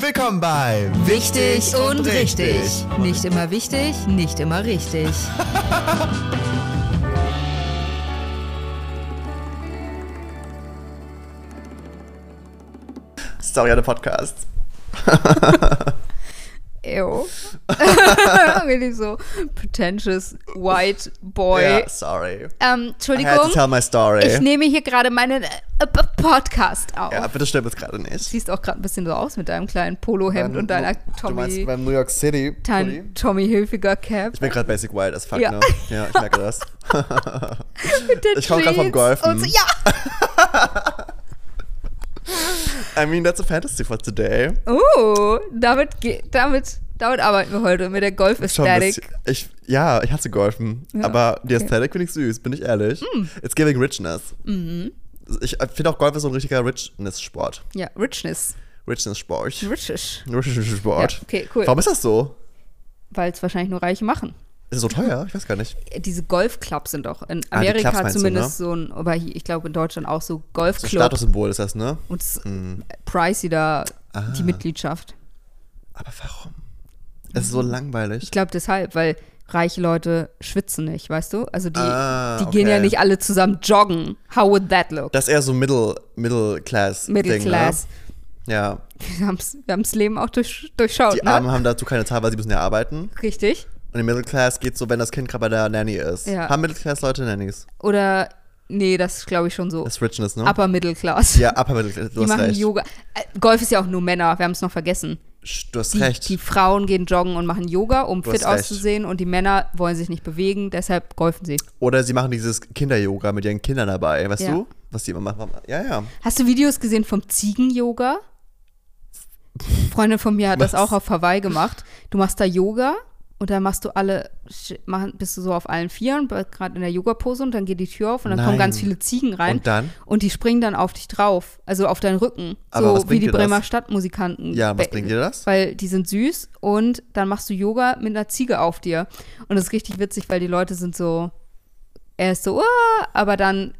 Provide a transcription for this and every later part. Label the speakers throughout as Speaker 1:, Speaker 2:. Speaker 1: willkommen bei
Speaker 2: Wichtig und richtig. Nicht immer wichtig, nicht immer richtig.
Speaker 1: Storiane Podcast.
Speaker 2: Ew. really so pretentious white boy.
Speaker 1: Ja, sorry.
Speaker 2: Ähm,
Speaker 1: I had to
Speaker 2: Entschuldigung,
Speaker 1: tell my
Speaker 2: ich
Speaker 1: story.
Speaker 2: nehme hier gerade meinen äh, äh, Podcast auf.
Speaker 1: Ja, bitte stirb jetzt gerade nicht. Ähm,
Speaker 2: Siehst auch gerade ein bisschen so aus mit deinem kleinen Polohemd und deiner
Speaker 1: Du meinst
Speaker 2: Tommy,
Speaker 1: beim New York City Pulli?
Speaker 2: dein Tommy Hilfiger Cap.
Speaker 1: Ich bin gerade basic white as fuck,
Speaker 2: Ja.
Speaker 1: ne? Ja, ich merke das.
Speaker 2: Mit den
Speaker 1: ich komm grad vom
Speaker 2: Jeans
Speaker 1: Golfen.
Speaker 2: Und so, ja.
Speaker 1: I mean, that's a fantasy for today.
Speaker 2: Oh, damit, ge- damit, damit arbeiten wir heute mit der
Speaker 1: Schon ein bisschen-
Speaker 2: Golf-Ästhetik.
Speaker 1: Ich, ja, ich hasse Golfen.
Speaker 2: Ja,
Speaker 1: aber die
Speaker 2: okay. Mm.
Speaker 1: Aesthetic finde ich süß, bin ich ehrlich. It's giving richness.
Speaker 2: Mhm.
Speaker 1: Ich finde auch Golf ist so ein richtiger Richness-Sport.
Speaker 2: Ja, Richness.
Speaker 1: Richness-Sport.
Speaker 2: Richisch.
Speaker 1: Richness-Sport.
Speaker 2: Mhm. Ja, okay, cool.
Speaker 1: Warum ist das so?
Speaker 2: Weil es wahrscheinlich nur Reiche machen.
Speaker 1: Ist es so teuer? Ich weiß gar nicht.
Speaker 2: Diese Golfclubs sind doch in
Speaker 1: Ah, die Clubs
Speaker 2: Amerika
Speaker 1: meinst du,
Speaker 2: zumindest so ein, aber hier, ich glaube in Deutschland auch so
Speaker 1: So ein
Speaker 2: Golfclubs
Speaker 1: Statussymbol ist das, ne?
Speaker 2: und es- pricey da
Speaker 1: Ah.
Speaker 2: die Mitgliedschaft.
Speaker 1: Aber warum? Es ist so langweilig.
Speaker 2: Ich glaube deshalb, weil reiche Leute schwitzen nicht, weißt du? Also die,
Speaker 1: Ah,
Speaker 2: die gehen ja
Speaker 1: okay.
Speaker 2: nicht alle zusammen joggen. How would that look?
Speaker 1: Das ist eher so Middle, middle Class.
Speaker 2: Middle
Speaker 1: Ding,
Speaker 2: Class.
Speaker 1: Ne? Ja.
Speaker 2: Wir haben's, wir haben's Leben auch durch, durchschaut,
Speaker 1: Die
Speaker 2: ne?
Speaker 1: Armen haben dazu keine Zahl, weil sie müssen ja arbeiten.
Speaker 2: Richtig.
Speaker 1: Und in Middle Class geht's so, wenn das Kind gerade bei der Nanny ist.
Speaker 2: Ja.
Speaker 1: Haben Middle Class Leute Nannies?
Speaker 2: Oder, nee, das glaube ich schon so.
Speaker 1: Das ist Richness, ne?
Speaker 2: Upper Middle Class.
Speaker 1: ja, Upper Middle Class. Du
Speaker 2: die
Speaker 1: hast
Speaker 2: machen
Speaker 1: recht.
Speaker 2: Yoga. Äh, Golf ist ja auch nur Männer, wir haben es noch vergessen.
Speaker 1: Sch- Du hast
Speaker 2: Die,
Speaker 1: recht.
Speaker 2: die Frauen gehen joggen und machen Yoga, um
Speaker 1: Du
Speaker 2: fit
Speaker 1: hast recht.
Speaker 2: auszusehen und die Männer wollen sich nicht bewegen, deshalb golfen sie.
Speaker 1: Oder sie machen dieses Kinder-Yoga mit ihren Kindern dabei, weißt
Speaker 2: Ja.
Speaker 1: du? Was die immer machen. Ja, ja.
Speaker 2: Hast du Videos gesehen vom Ziegen-Yoga? Eine Freundin von mir hat das
Speaker 1: Was?
Speaker 2: auch auf Hawaii gemacht. Du machst da Yoga und dann machst du alle, sch- machen- bist du so auf allen Vieren, gerade in der Yoga-Pose und dann geht die Tür auf und dann kommen
Speaker 1: Nein.
Speaker 2: ganz viele Ziegen rein.
Speaker 1: Und dann?
Speaker 2: Und die springen dann auf dich drauf, also auf deinen Rücken.
Speaker 1: Aber
Speaker 2: so
Speaker 1: was
Speaker 2: wie
Speaker 1: bringt
Speaker 2: die
Speaker 1: dir das?
Speaker 2: Bremer Stadtmusikanten.
Speaker 1: Ja, was
Speaker 2: Be-
Speaker 1: bringt dir das?
Speaker 2: Weil die sind süß und dann machst du Yoga mit einer Ziege auf dir. Und das ist richtig witzig, weil die Leute sind so, er ist so, "Ah", aber dann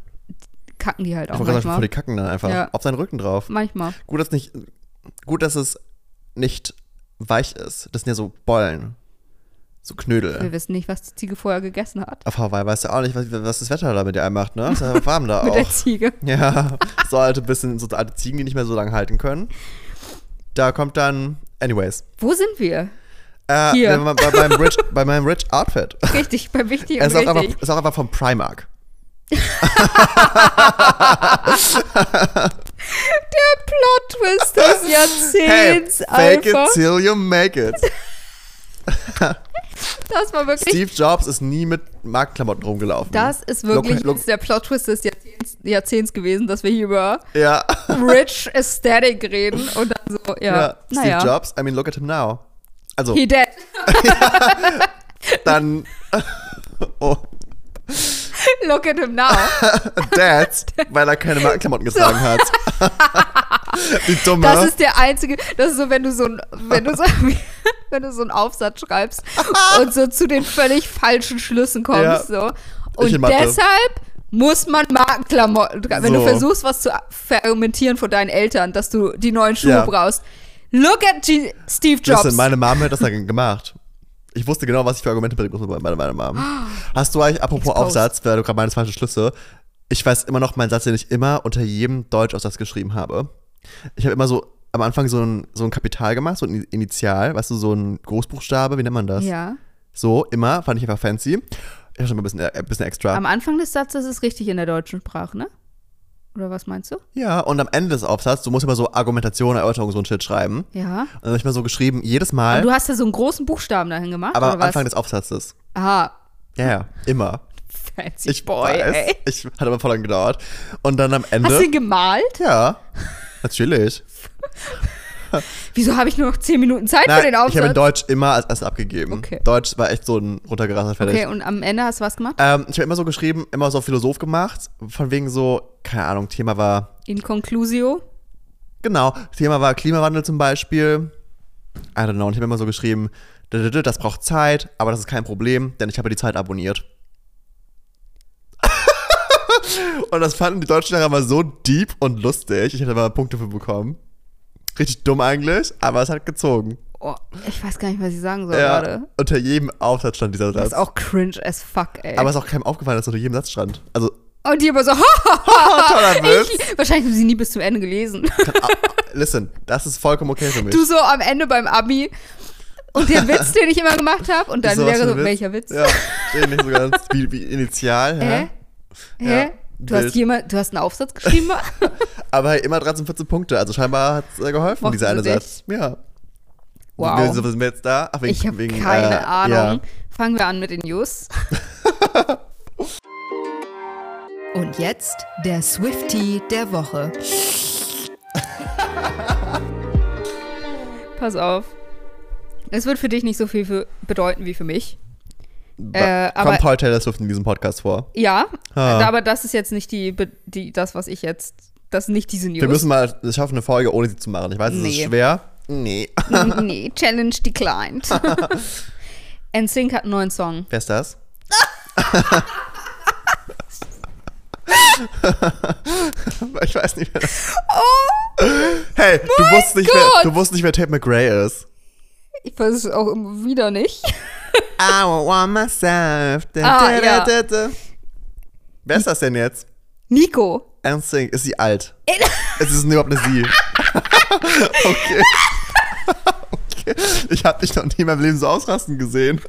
Speaker 2: kacken die halt
Speaker 1: Ich
Speaker 2: auch
Speaker 1: wollte gerade sagen,
Speaker 2: manchmal.
Speaker 1: voll die Kacken dann einfach.
Speaker 2: Ja.
Speaker 1: Auf seinen Rücken drauf.
Speaker 2: Manchmal.
Speaker 1: Gut, dass nicht. Gut, dass es nicht weich ist. Das sind ja so Bollen. So Knödel.
Speaker 2: Wir wissen nicht, was die Ziege vorher gegessen hat.
Speaker 1: Auf Hawaii weißt du auch nicht, was, was das Wetter da mit dir einmacht, ne? Ist ja warm da
Speaker 2: Mit der
Speaker 1: auch.
Speaker 2: Ziege.
Speaker 1: Ja, so alte bisschen, so alte Ziegen, die nicht mehr so lange halten können. Da kommt dann, anyways.
Speaker 2: Wo sind wir?
Speaker 1: Äh,
Speaker 2: Hier.
Speaker 1: wenn man Bei, meinem Rich, bei meinem Rich Outfit.
Speaker 2: Richtig, bei wichtig und
Speaker 1: Es ist, auch einfach,
Speaker 2: richtig.
Speaker 1: es ist auch einfach von Primark.
Speaker 2: Plot-Twist des
Speaker 1: Hey,
Speaker 2: Jahrzehnts
Speaker 1: fake
Speaker 2: einfach.
Speaker 1: it till you make it.
Speaker 2: Das war wirklich
Speaker 1: Steve Jobs ist nie mit Marktklamotten rumgelaufen.
Speaker 2: Das ist wirklich
Speaker 1: Look-
Speaker 2: ist der Plot-Twist des Jahrzehnts, Jahrzehnts gewesen, dass wir hier über
Speaker 1: ja.
Speaker 2: Rich Aesthetic reden und dann so, ja,
Speaker 1: ja. Steve
Speaker 2: naja,
Speaker 1: Jobs, I mean, look at him now. Also,
Speaker 2: he dead.
Speaker 1: dann. oh,
Speaker 2: Look at him now.
Speaker 1: Dad, weil er keine Markenklamotten getragen hat. Wie dumme.
Speaker 2: Das ist der einzige, das ist so, wenn du so ein, wenn du so, wenn du so einen Aufsatz schreibst und so zu den völlig falschen Schlüssen kommst, so.
Speaker 1: Ich in
Speaker 2: Und
Speaker 1: Mathe.
Speaker 2: deshalb muss man Markenklamotten, tra- wenn du
Speaker 1: So.
Speaker 2: versuchst, was zu verargumentieren von deinen Eltern, dass du die neuen Schuhe
Speaker 1: Ja.
Speaker 2: brauchst. Look at G Steve Jobs.
Speaker 1: Listen, meine Mom hat das dann gemacht. Ich wusste genau, was ich für Argumente bringen muss bei meiner meiner Mom. Hast du eigentlich, apropos
Speaker 2: Exposed.
Speaker 1: Aufsatz, weil du gerade meinst, falsche Schlüsse, ich weiß immer noch meinen Satz, den ich immer unter jedem Deutschaufsatz geschrieben habe. Ich habe immer so am Anfang so ein, so ein Kapital gemacht, so ein Initial, weißt du, so ein Großbuchstabe, wie nennt man das?
Speaker 2: ja.
Speaker 1: So, immer, fand ich einfach fancy. Ich habe schon mal ein bisschen, äh, ein bisschen extra.
Speaker 2: Am Anfang des Satzes ist richtig in der deutschen Sprache, ne? Oder was meinst du?
Speaker 1: ja, und am Ende des Aufsatzes, du musst immer so Argumentation, Erörterung, so ein Shit schreiben.
Speaker 2: Ja.
Speaker 1: Und dann habe ich mal so geschrieben, jedes
Speaker 2: Aber
Speaker 1: Mal,
Speaker 2: du hast da so einen großen Buchstaben dahin gemacht,
Speaker 1: aber am
Speaker 2: oder was?
Speaker 1: Anfang des Aufsatzes.
Speaker 2: Aha,
Speaker 1: Ja, ja, immer.
Speaker 2: Ah, fancy
Speaker 1: Ich
Speaker 2: boy,
Speaker 1: weiß.
Speaker 2: ey.
Speaker 1: Ich hat aber voll lang gedauert. Und dann am Ende.
Speaker 2: Hast du ihn gemalt?
Speaker 1: ja. Natürlich.
Speaker 2: Wieso habe ich nur noch 10 Minuten Zeit für
Speaker 1: Nein,
Speaker 2: den
Speaker 1: ich habe in
Speaker 2: Aufsatz?
Speaker 1: Deutsch immer als erstes abgegeben.
Speaker 2: Okay.
Speaker 1: Deutsch war echt so ein runtergerassener Fertig.
Speaker 2: Okay, und am Ende hast du was gemacht?
Speaker 1: Ähm, ich habe immer so geschrieben, immer so auf Philosoph gemacht, von wegen so, keine Ahnung, Thema war,
Speaker 2: In Conclusio?
Speaker 1: genau, Thema war Klimawandel zum Beispiel. I don't know, und ich habe immer so geschrieben, d- d- d- das braucht Zeit, aber das ist kein Problem, denn ich habe die Zeit abonniert. und das fanden die Deutschen Lehrer immer so deep und lustig. Ich hätte aber Punkte für bekommen. Richtig dumm eigentlich, aber es hat gezogen.
Speaker 2: Oh, ich weiß gar nicht, was ich sagen soll
Speaker 1: Ja,
Speaker 2: gerade.
Speaker 1: unter jedem Aufsatz stand dieser
Speaker 2: Das
Speaker 1: Satz.
Speaker 2: ist auch cringe as fuck, ey.
Speaker 1: aber es ist auch keinem aufgefallen, dass unter jedem Satz stand. Also,
Speaker 2: Und die aber so, ha, ha, ha,
Speaker 1: toller Witz.
Speaker 2: Ich, wahrscheinlich haben sie nie bis zum Ende gelesen.
Speaker 1: ah, listen, das ist vollkommen okay für mich.
Speaker 2: Du so am Ende beim Abi und der Witz, den ich immer gemacht habe und
Speaker 1: Ich
Speaker 2: dein
Speaker 1: so, was
Speaker 2: Lehrer
Speaker 1: für
Speaker 2: so,
Speaker 1: ein Witz?
Speaker 2: welcher Witz?
Speaker 1: Ja, steht nicht so ganz wie, wie initial.
Speaker 2: Hä?
Speaker 1: Ja.
Speaker 2: Hä?
Speaker 1: Ja,
Speaker 2: du,
Speaker 1: wild.
Speaker 2: hast jemand, du hast einen Aufsatz geschrieben?
Speaker 1: Aber hey, immer 13, 14 Punkte. Also scheinbar hat es äh, geholfen,
Speaker 2: Mochten
Speaker 1: dieser eine
Speaker 2: sie dich?
Speaker 1: Satz. Ja.
Speaker 2: Wow.
Speaker 1: Wieso sind wir jetzt da? Ach, wegen,
Speaker 2: ich habe
Speaker 1: wegen,
Speaker 2: keine
Speaker 1: äh,
Speaker 2: Ahnung.
Speaker 1: Ja.
Speaker 2: Fangen wir an mit den News.
Speaker 3: Und jetzt der Swiftie der Woche.
Speaker 2: Pass auf. Es wird für dich nicht so viel für bedeuten wie für mich. Äh, aber-
Speaker 1: Kommt heute Taylor Swift in diesem Podcast vor.
Speaker 2: Ja,
Speaker 1: Ah.
Speaker 2: aber das ist jetzt nicht die, Be- die, das, was ich jetzt, das sind nicht diese News.
Speaker 1: Wir müssen mal es schaffen, eine Folge ohne sie zu machen. Ich weiß, es ist
Speaker 2: Nee.
Speaker 1: schwer. Nee.
Speaker 2: nee, Challenge declined. NSYNC hat einen neuen Song.
Speaker 1: Wer ist das? ich weiß nicht, wer das Hey, du wusstest, nicht, wer,
Speaker 2: Oh Gott!
Speaker 1: du wusstest nicht, wer Tate McRae ist.
Speaker 2: Ich weiß es auch immer wieder nicht.
Speaker 1: I won't want myself.
Speaker 2: Ah, ja.
Speaker 1: Wer ist das denn jetzt?
Speaker 2: Nico.
Speaker 1: NSYNC, ist sie alt? es ist überhaupt eine sie. okay. okay. Ich habe dich noch nie in meinem Leben so ausrasten gesehen.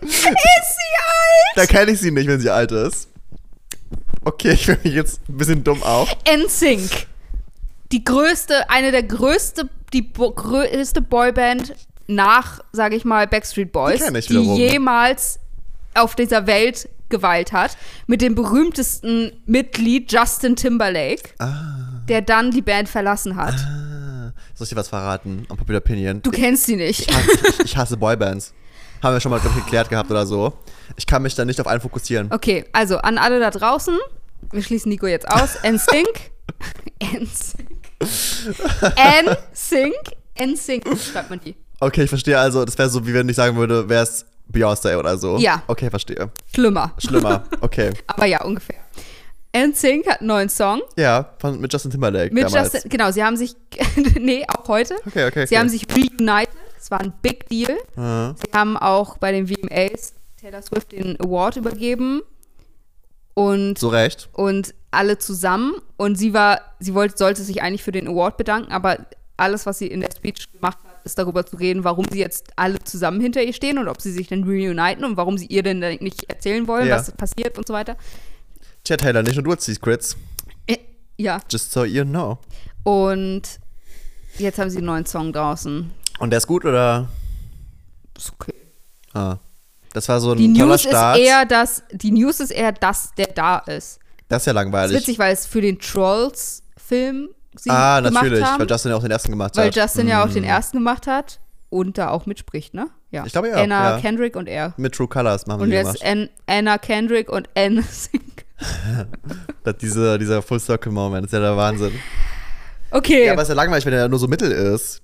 Speaker 2: Ist sie
Speaker 1: Da kenne ich sie nicht, wenn sie alt ist. Okay, ich fühle mich jetzt ein bisschen dumm auf.
Speaker 2: alt? NSYNC. Die größte, eine der größte, die bo größte Boyband nach, sage ich mal, Backstreet Boys,
Speaker 1: kenn ich
Speaker 2: die
Speaker 1: wiederum.
Speaker 2: jemals auf dieser Welt geweilt hat. Mit dem berühmtesten Mitglied Justin Timberlake,
Speaker 1: Ah.
Speaker 2: der dann die Band verlassen hat.
Speaker 1: Soll ich dir was verraten? Unpopular Opinion.
Speaker 2: Du kennst sie nicht.
Speaker 1: Ich hasse, ich hasse Boybands. Haben wir schon mal, glaube ich, geklärt gehabt oder so. Ich kann mich da nicht auf einen fokussieren.
Speaker 2: Okay, also an alle da draußen, wir schließen Nico jetzt aus. NSYNC. NSYNC. NSYNC. NSYNC schreibt man die.
Speaker 1: Okay, ich verstehe also, das wäre so, wie wenn ich sagen würde, wäre es Beyoncé oder so.
Speaker 2: Ja.
Speaker 1: Okay, verstehe.
Speaker 2: Schlimmer.
Speaker 1: Schlimmer. Okay.
Speaker 2: Aber ja, ungefähr. NSYNC hat einen neuen Song.
Speaker 1: Ja, von, mit Justin Timberlake
Speaker 2: Mit
Speaker 1: damals.
Speaker 2: Justin, genau, sie haben sich, nee, auch heute.
Speaker 1: Okay, okay,
Speaker 2: Sie
Speaker 1: okay.
Speaker 2: haben sich reunited. Es war ein Big Deal.
Speaker 1: Ah.
Speaker 2: Sie haben auch bei den VMAs Taylor Swift den Award übergeben. Und
Speaker 1: So recht.
Speaker 2: und alle zusammen. Und sie war, sie wollte, sollte sich eigentlich für den Award bedanken, aber alles, was sie in der Speech gemacht hat, ist darüber zu reden, warum sie jetzt alle zusammen hinter ihr stehen und ob sie sich dann reuniten und warum sie ihr denn dann nicht erzählen wollen,
Speaker 1: Ja.
Speaker 2: was passiert und so weiter.
Speaker 1: Tja, Taylor, nicht nur du hast Secrets.
Speaker 2: Äh, Ja.
Speaker 1: Just so you know.
Speaker 2: Und jetzt haben sie einen neuen Song draußen.
Speaker 1: Und der ist gut, oder?
Speaker 2: Ist okay.
Speaker 1: Ah. Das war so ein
Speaker 2: Die
Speaker 1: toller
Speaker 2: News ist
Speaker 1: Start.
Speaker 2: eher, dass die News ist eher, dass der da ist.
Speaker 1: das ist ja
Speaker 2: Das
Speaker 1: langweilig.
Speaker 2: ist witzig, weil es für den Trolls-Film sie
Speaker 1: ah,
Speaker 2: gemacht
Speaker 1: natürlich,
Speaker 2: haben.
Speaker 1: weil Justin ja auch den ersten gemacht
Speaker 2: Weil
Speaker 1: hat.
Speaker 2: Justin ja auch den ersten gemacht hat und da auch mitspricht, ne? Ja.
Speaker 1: Ich glaube, ja,
Speaker 2: Anna
Speaker 1: ja.
Speaker 2: Kendrick und er.
Speaker 1: Mit True Colors machen
Speaker 2: Und
Speaker 1: wir
Speaker 2: jetzt
Speaker 1: gemacht.
Speaker 2: An Anna Kendrick und Anna Sink.
Speaker 1: Das, diese, dieser Full Circle Moment ist ja der Wahnsinn.
Speaker 2: Okay.
Speaker 1: Ja, aber ist ja langweilig, wenn er nur so mittel ist.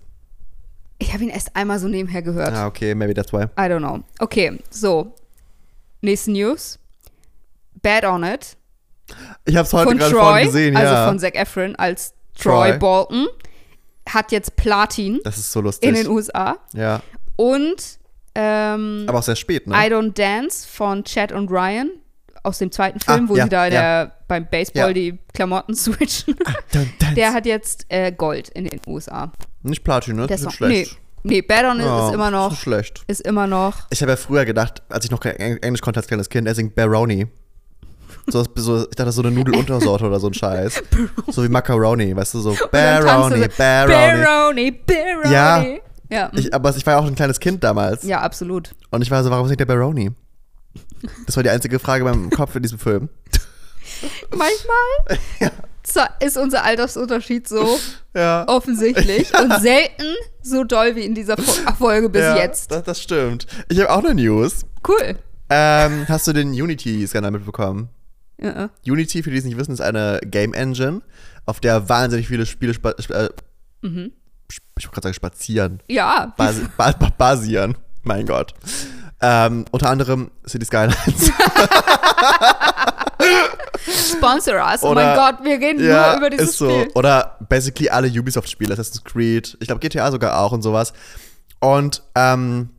Speaker 2: ich habe ihn erst einmal so nebenher gehört.
Speaker 1: Ah, okay, maybe that's why.
Speaker 2: I don't know. Okay, so. Nächste News. Bad on It
Speaker 1: Ich hab's heute
Speaker 2: von
Speaker 1: gerade vorhin
Speaker 2: Troy,
Speaker 1: gesehen,
Speaker 2: also
Speaker 1: ja.
Speaker 2: von Zac Efron als Troy,
Speaker 1: Troy.
Speaker 2: Bolton, hat jetzt Platin
Speaker 1: das ist so lustig.
Speaker 2: in den USA
Speaker 1: ja.
Speaker 2: und ähm,
Speaker 1: Aber auch sehr spät, ne?
Speaker 2: I Don't Dance von Chad und Ryan aus dem zweiten Film,
Speaker 1: Ah,
Speaker 2: wo
Speaker 1: ja,
Speaker 2: sie da in
Speaker 1: ja.
Speaker 2: der, beim Baseball
Speaker 1: Ja.
Speaker 2: die Klamotten switchen.
Speaker 1: Dun, dun.
Speaker 2: Der hat jetzt äh, Gold in den USA.
Speaker 1: nicht Platin, ne?
Speaker 2: Der
Speaker 1: Das ist
Speaker 2: Song.
Speaker 1: schlecht.
Speaker 2: Nee, nee Bad on It
Speaker 1: Ja,
Speaker 2: ist immer
Speaker 1: Ist
Speaker 2: noch,
Speaker 1: schlecht.
Speaker 2: ist immer noch.
Speaker 1: Ich habe ja früher gedacht, als ich noch kein Eng- Englisch konnte als kleines Kind, er singt Baroni. So, was- so, ich dachte, das ist so eine Nudeluntersorte oder so ein Scheiß. so wie Macaroni, weißt du, so
Speaker 2: Und dann tanzt er
Speaker 1: Baroni,
Speaker 2: so,
Speaker 1: Baroni.
Speaker 2: Baroni, Baroni.
Speaker 1: Ja.
Speaker 2: Ja, mm,
Speaker 1: Ich, aber ich war ja auch ein kleines Kind damals.
Speaker 2: ja, absolut.
Speaker 1: Und ich war so, warum singt der Baroni? Das war die einzige Frage beim Kopf in diesem Film.
Speaker 2: Manchmal za- ist unser Altersunterschied so
Speaker 1: Ja.
Speaker 2: offensichtlich und selten so doll wie in dieser Fo- Folge bis
Speaker 1: ja,
Speaker 2: jetzt.
Speaker 1: Das, das stimmt. Ich habe auch eine News.
Speaker 2: Cool.
Speaker 1: Ähm, hast du den Unity-Scanner mitbekommen?
Speaker 2: Ja.
Speaker 1: Unity, für die es nicht wissen, ist eine Game Engine, auf der wahnsinnig viele Spiele spa sp- äh, sp- ich wollte gerade sagen, spazieren.
Speaker 2: ja.
Speaker 1: Bas ba ba basieren. Mein Gott. Ähm, unter anderem City Skylines.
Speaker 2: sponsor us. Oh
Speaker 1: Oder-
Speaker 2: mein Gott, wir reden nur über dieses
Speaker 1: ist so.
Speaker 2: Spiel.
Speaker 1: Oder basically alle Ubisoft-Spiele, Assassin's Creed, ich glaube GTA sogar auch und sowas. Und ähm,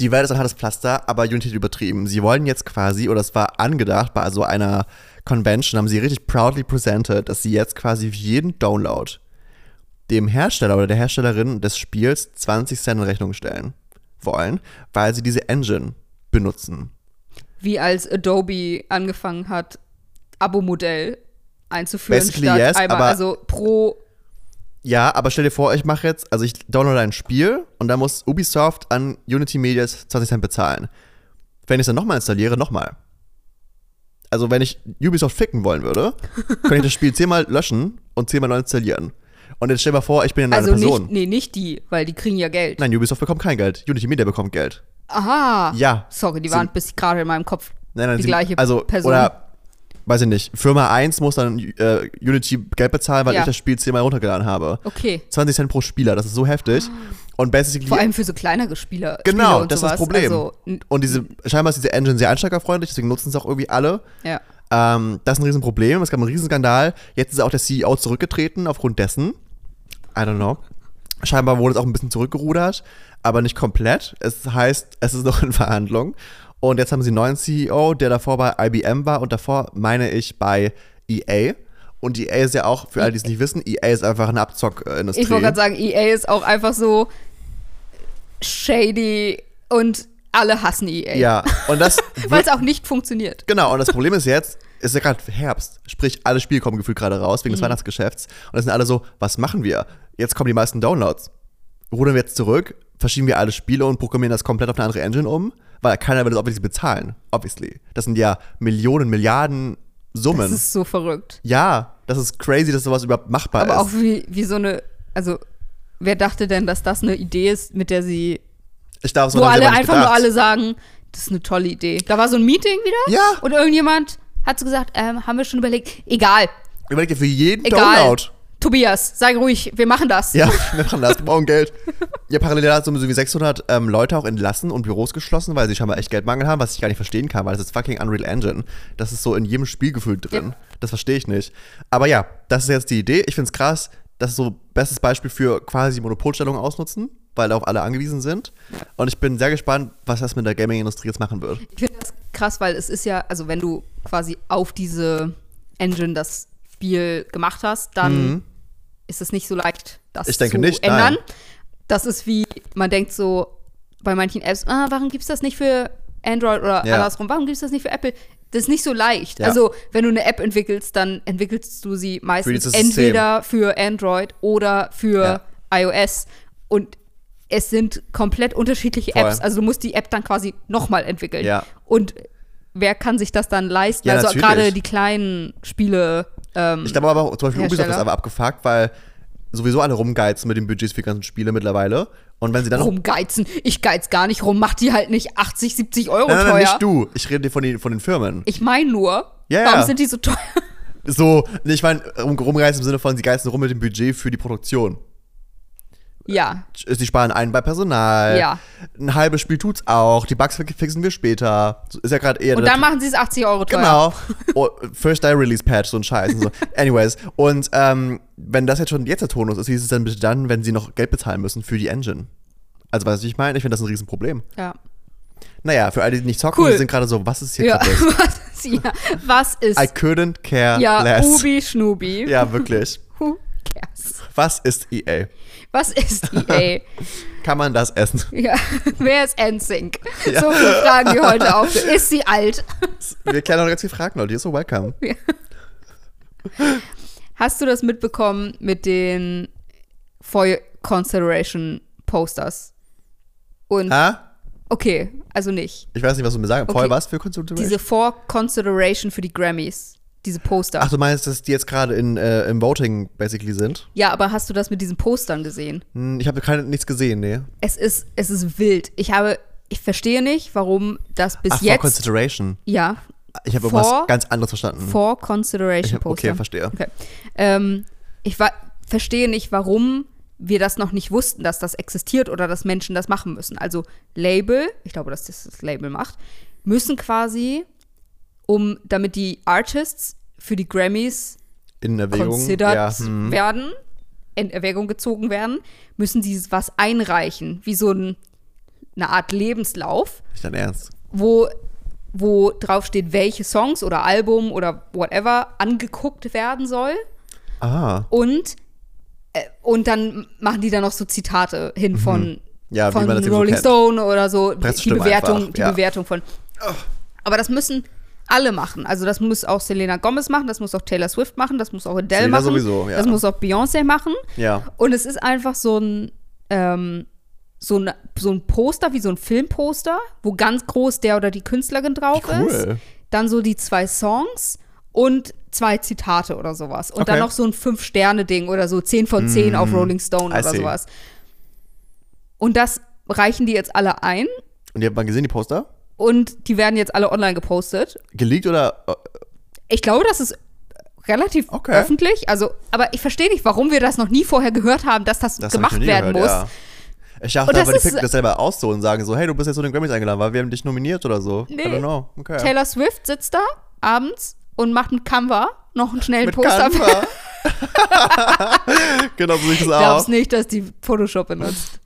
Speaker 1: die Welt ist ein hartes Pflaster, aber Unity hat übertrieben. Sie wollen jetzt quasi, oder es war angedacht, bei so einer Convention haben sie richtig proudly presented, dass sie jetzt quasi für jeden Download dem Hersteller oder der Herstellerin des Spiels 20 Cent in Rechnung stellen wollen, weil sie diese Engine benutzen.
Speaker 2: Wie als Adobe angefangen hat, Abo-Modell einzuführen.
Speaker 1: Basically
Speaker 2: statt
Speaker 1: yes,
Speaker 2: einmal,
Speaker 1: aber-
Speaker 2: also pro
Speaker 1: Ja, aber stell dir vor, ich mache jetzt, also ich downloade ein Spiel und da muss Ubisoft an Unity Media 20 Cent bezahlen. Wenn ich es dann nochmal installiere, nochmal. Also wenn ich Ubisoft ficken wollen würde, könnte ich das Spiel zehnmal löschen und zehnmal neu installieren. Und jetzt stell dir mal vor, ich bin dann
Speaker 2: Also
Speaker 1: eine Person.
Speaker 2: nicht, nee, nicht die, weil die kriegen ja Geld.
Speaker 1: Nein, Ubisoft bekommt kein Geld. Unity Media bekommt Geld.
Speaker 2: Aha.
Speaker 1: Ja.
Speaker 2: Sorry, die
Speaker 1: Sie-
Speaker 2: waren bis gerade in meinem Kopf
Speaker 1: Nein, nein,
Speaker 2: die
Speaker 1: sie-
Speaker 2: gleiche
Speaker 1: also,
Speaker 2: Person.
Speaker 1: Oder, weiß ich nicht, Firma 1 muss dann äh, Unity Geld bezahlen, weil
Speaker 2: Ja.
Speaker 1: ich das Spiel zehnmal runtergeladen habe.
Speaker 2: okay. Ah.
Speaker 1: 20 Cent pro Spieler, das ist so heftig. Und basically
Speaker 2: Vor allem für so kleinere Spieler. Spiele
Speaker 1: Genau,
Speaker 2: und
Speaker 1: das ist das
Speaker 2: sowas.
Speaker 1: Problem.
Speaker 2: Also, n-
Speaker 1: und diese, scheinbar ist diese Engine sehr einsteigerfreundlich, deswegen nutzen es auch irgendwie alle.
Speaker 2: ja.
Speaker 1: Ähm, das ist ein Riesenproblem, es gab einen Riesenskandal. Jetzt ist auch der CEO zurückgetreten aufgrund dessen. I don't know. Scheinbar wurde es auch ein bisschen zurückgerudert, aber nicht komplett. Es heißt, es ist noch in Verhandlung. Und jetzt haben sie einen neuen CEO, der davor bei IBM war und davor, meine ich, bei EA. Und EA ist ja auch, für alle, die es nicht wissen, EA ist einfach eine Abzockindustrie.
Speaker 2: Ich wollte gerade sagen, EA ist auch einfach so shady und alle hassen EA.
Speaker 1: Ja, und das
Speaker 2: Weil es auch nicht funktioniert.
Speaker 1: Genau, und das Problem ist jetzt, es ist ja gerade Herbst, sprich, alle Spiele kommen gefühlt gerade raus
Speaker 2: Mhm.
Speaker 1: wegen des Weihnachtsgeschäfts. Und es sind alle so, was machen wir? Jetzt kommen die meisten Downloads. Rudern wir jetzt zurück, verschieben wir alle Spiele und programmieren das komplett auf eine andere Engine um, weil keiner will das obviously bezahlen. Obviously. Das sind ja Millionen, Milliarden
Speaker 2: Das
Speaker 1: Summen.
Speaker 2: ist so verrückt.
Speaker 1: ja, das ist crazy, dass sowas überhaupt machbar
Speaker 2: Aber
Speaker 1: ist.
Speaker 2: auch wie, wie so eine, also wer dachte denn, dass das eine Idee ist, mit der sie
Speaker 1: ich darf so
Speaker 2: wo alle einfach nur alle sagen, das ist eine tolle Idee. Da war so ein Meeting wieder
Speaker 1: Ja.
Speaker 2: und irgendjemand hat so gesagt, ähm, haben wir schon überlegt, egal,
Speaker 1: Überleg dir für jeden
Speaker 2: egal.
Speaker 1: Download.
Speaker 2: Tobias, sei ruhig, wir machen das.
Speaker 1: Ja, wir machen das, wir brauchen Geld. Ja, parallel hat so wie 600 ähm, Leute auch entlassen und Büros geschlossen, weil sie scheinbar echt Geldmangel haben, was ich gar nicht verstehen kann, weil das ist fucking Unreal Engine. Das ist so in jedem Spiel gefühlt drin.
Speaker 2: Ja.
Speaker 1: Das verstehe ich nicht. Aber ja, das ist jetzt die Idee. Ich finde es krass, das ist so bestes Beispiel für quasi Monopolstellung ausnutzen, weil darauf alle angewiesen sind. Und ich bin sehr gespannt, was das mit der Gaming-Industrie jetzt machen wird.
Speaker 2: Ich finde das krass, weil es ist ja, also wenn du quasi auf diese Engine das Spiel gemacht hast, dann ist es nicht so leicht, das
Speaker 1: Mhm. Ich denke
Speaker 2: zu
Speaker 1: nicht,
Speaker 2: ändern.
Speaker 1: nein.
Speaker 2: Das ist wie, man denkt so bei manchen Apps, ah, warum gibt es das nicht für Android oder
Speaker 1: Ja.
Speaker 2: andersrum, warum gibt es das nicht für Apple? Das ist nicht so leicht.
Speaker 1: Ja.
Speaker 2: Also, wenn du eine App entwickelst, dann entwickelst du sie meistens
Speaker 1: dieses System.
Speaker 2: entweder für Android oder für iOS. Und es sind komplett unterschiedliche
Speaker 1: Voll.
Speaker 2: Apps. Also, du musst die App dann quasi nochmal entwickeln.
Speaker 1: Ja.
Speaker 2: Und wer kann sich das dann leisten?
Speaker 1: Ja,
Speaker 2: also
Speaker 1: natürlich.
Speaker 2: gerade die kleinen Spiele. Ähm,
Speaker 1: Ich glaube aber auch, zum Beispiel Ubisoft
Speaker 2: Hersteller.
Speaker 1: ist aber abgefuckt, weil sowieso alle rumgeizen mit den Budgets für die ganzen Spiele mittlerweile. Und wenn sie dann noch
Speaker 2: rumgeizen. Ich geiz gar nicht rum, mach die halt nicht 80, 70 Euro
Speaker 1: Nein, nein,
Speaker 2: teuer.
Speaker 1: nein, nicht du. Ich rede dir von den, von den Firmen.
Speaker 2: Ich meine nur,
Speaker 1: Ja,
Speaker 2: warum
Speaker 1: ja.
Speaker 2: sind die so teuer?
Speaker 1: So, nee, ich meine, rum, rumreißen im Sinne von, sie geißen rum mit dem Budget für die Produktion.
Speaker 2: ja.
Speaker 1: Sie sparen einen bei Personal.
Speaker 2: Ja.
Speaker 1: Ein halbes Spiel tut's auch. Die Bugs fixen wir später. So, Ist ja gerade eher
Speaker 2: Und
Speaker 1: der-
Speaker 2: dann machen sie es 80 Euro teuer.
Speaker 1: Genau. Oh, First Day Release Patch, so ein Scheiß. Und so. Anyways, und ähm, wenn das jetzt schon jetzt der Tonus ist, wie ist es dann bitte dann, wenn sie noch Geld bezahlen müssen für die Engine? Also, weißt du, wie ich meine? Ich finde das ein Riesenproblem.
Speaker 2: Ja.
Speaker 1: Naja, für alle, die nicht zocken,
Speaker 2: Cool.
Speaker 1: sind gerade so, was ist hier
Speaker 2: Ja.
Speaker 1: kaputt?
Speaker 2: Was ist, ja. Was ist
Speaker 1: I couldn't care
Speaker 2: ja,
Speaker 1: less.
Speaker 2: Ubi Schnubi?
Speaker 1: Ja, wirklich.
Speaker 2: Who cares?
Speaker 1: Was ist EA?
Speaker 2: Was ist EA?
Speaker 1: Kann man das essen?
Speaker 2: ja. Wer ist NSYNC? So viele Fragen, die heute auf. Ist sie alt?
Speaker 1: Wir klären noch ganz viele Fragen, Leute. Ihr so welcome.
Speaker 2: Hast du das mitbekommen mit den For Consideration Posters? Und
Speaker 1: Ha?
Speaker 2: okay, also nicht.
Speaker 1: Ich weiß nicht, was du mir sagen. Voll
Speaker 2: Okay.
Speaker 1: was für Consideration?
Speaker 2: Diese For Consideration für die Grammys, diese Poster.
Speaker 1: Ach, du meinst, dass die jetzt gerade in, äh, im Voting basically sind?
Speaker 2: Ja, aber hast du das mit diesen Postern gesehen?
Speaker 1: Hm, Ich habe keine- nichts gesehen, nee.
Speaker 2: Es ist es ist wild. Ich habe ich verstehe nicht, warum das bis
Speaker 1: Ach, for
Speaker 2: jetzt
Speaker 1: Consideration.
Speaker 2: ja
Speaker 1: Ich habe
Speaker 2: For-
Speaker 1: irgendwas ganz anderes verstanden.
Speaker 2: For
Speaker 1: Ich
Speaker 2: Consideration
Speaker 1: hab-
Speaker 2: Poster.
Speaker 1: okay, verstehe.
Speaker 2: Okay. Ähm, ich wa- verstehe nicht, warum wir das noch nicht wussten, dass das existiert oder dass Menschen das machen müssen. Also Label, ich glaube, dass das das Label macht, müssen quasi, um damit die Artists für die Grammys
Speaker 1: in Erwägung.
Speaker 2: considered
Speaker 1: ja, hm.
Speaker 2: werden, in Erwägung gezogen werden, müssen sie was einreichen, wie so ein, eine Art Lebenslauf,
Speaker 1: Nicht dein Ernst.
Speaker 2: wo, wo drauf steht, welche Songs oder Album oder whatever angeguckt werden soll.
Speaker 1: Ah.
Speaker 2: Und, äh, und dann machen die da noch so Zitate hin von,
Speaker 1: Mhm. Ja, wie
Speaker 2: von
Speaker 1: man das eben so
Speaker 2: Rolling
Speaker 1: kennt.
Speaker 2: Stone oder so. Die, die
Speaker 1: Pressestimme
Speaker 2: Bewertung,
Speaker 1: einfach,
Speaker 2: die
Speaker 1: ja.
Speaker 2: Bewertung von. Aber das müssen alle machen. Also das muss auch Selena Gomez machen, das muss auch Taylor Swift machen, das muss auch Adele
Speaker 1: Selena
Speaker 2: machen.
Speaker 1: sowieso, ja.
Speaker 2: Das muss auch Beyoncé machen.
Speaker 1: Ja.
Speaker 2: Und es ist einfach so ein, ähm, so ein, so ein Poster, wie so ein Filmposter, wo ganz groß der oder die Künstlerin drauf
Speaker 1: Wie cool.
Speaker 2: ist. Dann so die zwei Songs und zwei Zitate oder sowas. Und dann
Speaker 1: Okay. Mm,
Speaker 2: noch so ein Fünf-Sterne-Ding oder so 10 von 10 auf Rolling Stone
Speaker 1: I
Speaker 2: oder
Speaker 1: see.
Speaker 2: sowas. Und das reichen die jetzt alle ein
Speaker 1: Und ihr habt mal gesehen, die Poster?
Speaker 2: und die werden jetzt alle online gepostet.
Speaker 1: Geleakt oder. äh,
Speaker 2: Ich glaube, das ist relativ
Speaker 1: Okay.
Speaker 2: öffentlich. Also, aber ich verstehe nicht, warum wir das noch nie vorher gehört haben, dass das,
Speaker 1: Das hab ich noch
Speaker 2: gemacht
Speaker 1: nie
Speaker 2: werden
Speaker 1: gehört,
Speaker 2: muss.
Speaker 1: Ja. Ich dachte
Speaker 2: Und das
Speaker 1: aber, die
Speaker 2: ist-
Speaker 1: picken das selber aus so und sagen so: hey, du bist jetzt zu den Grammys eingeladen, weil wir haben dich nominiert oder so.
Speaker 2: Nee.
Speaker 1: I don't know. Okay.
Speaker 2: Taylor Swift sitzt da abends und macht mit Canva noch einen schnellen
Speaker 1: Mit
Speaker 2: Poster.
Speaker 1: Canva. genau, so sieht es
Speaker 2: Ich
Speaker 1: aus.
Speaker 2: glaub's nicht, dass die Photoshop benutzt.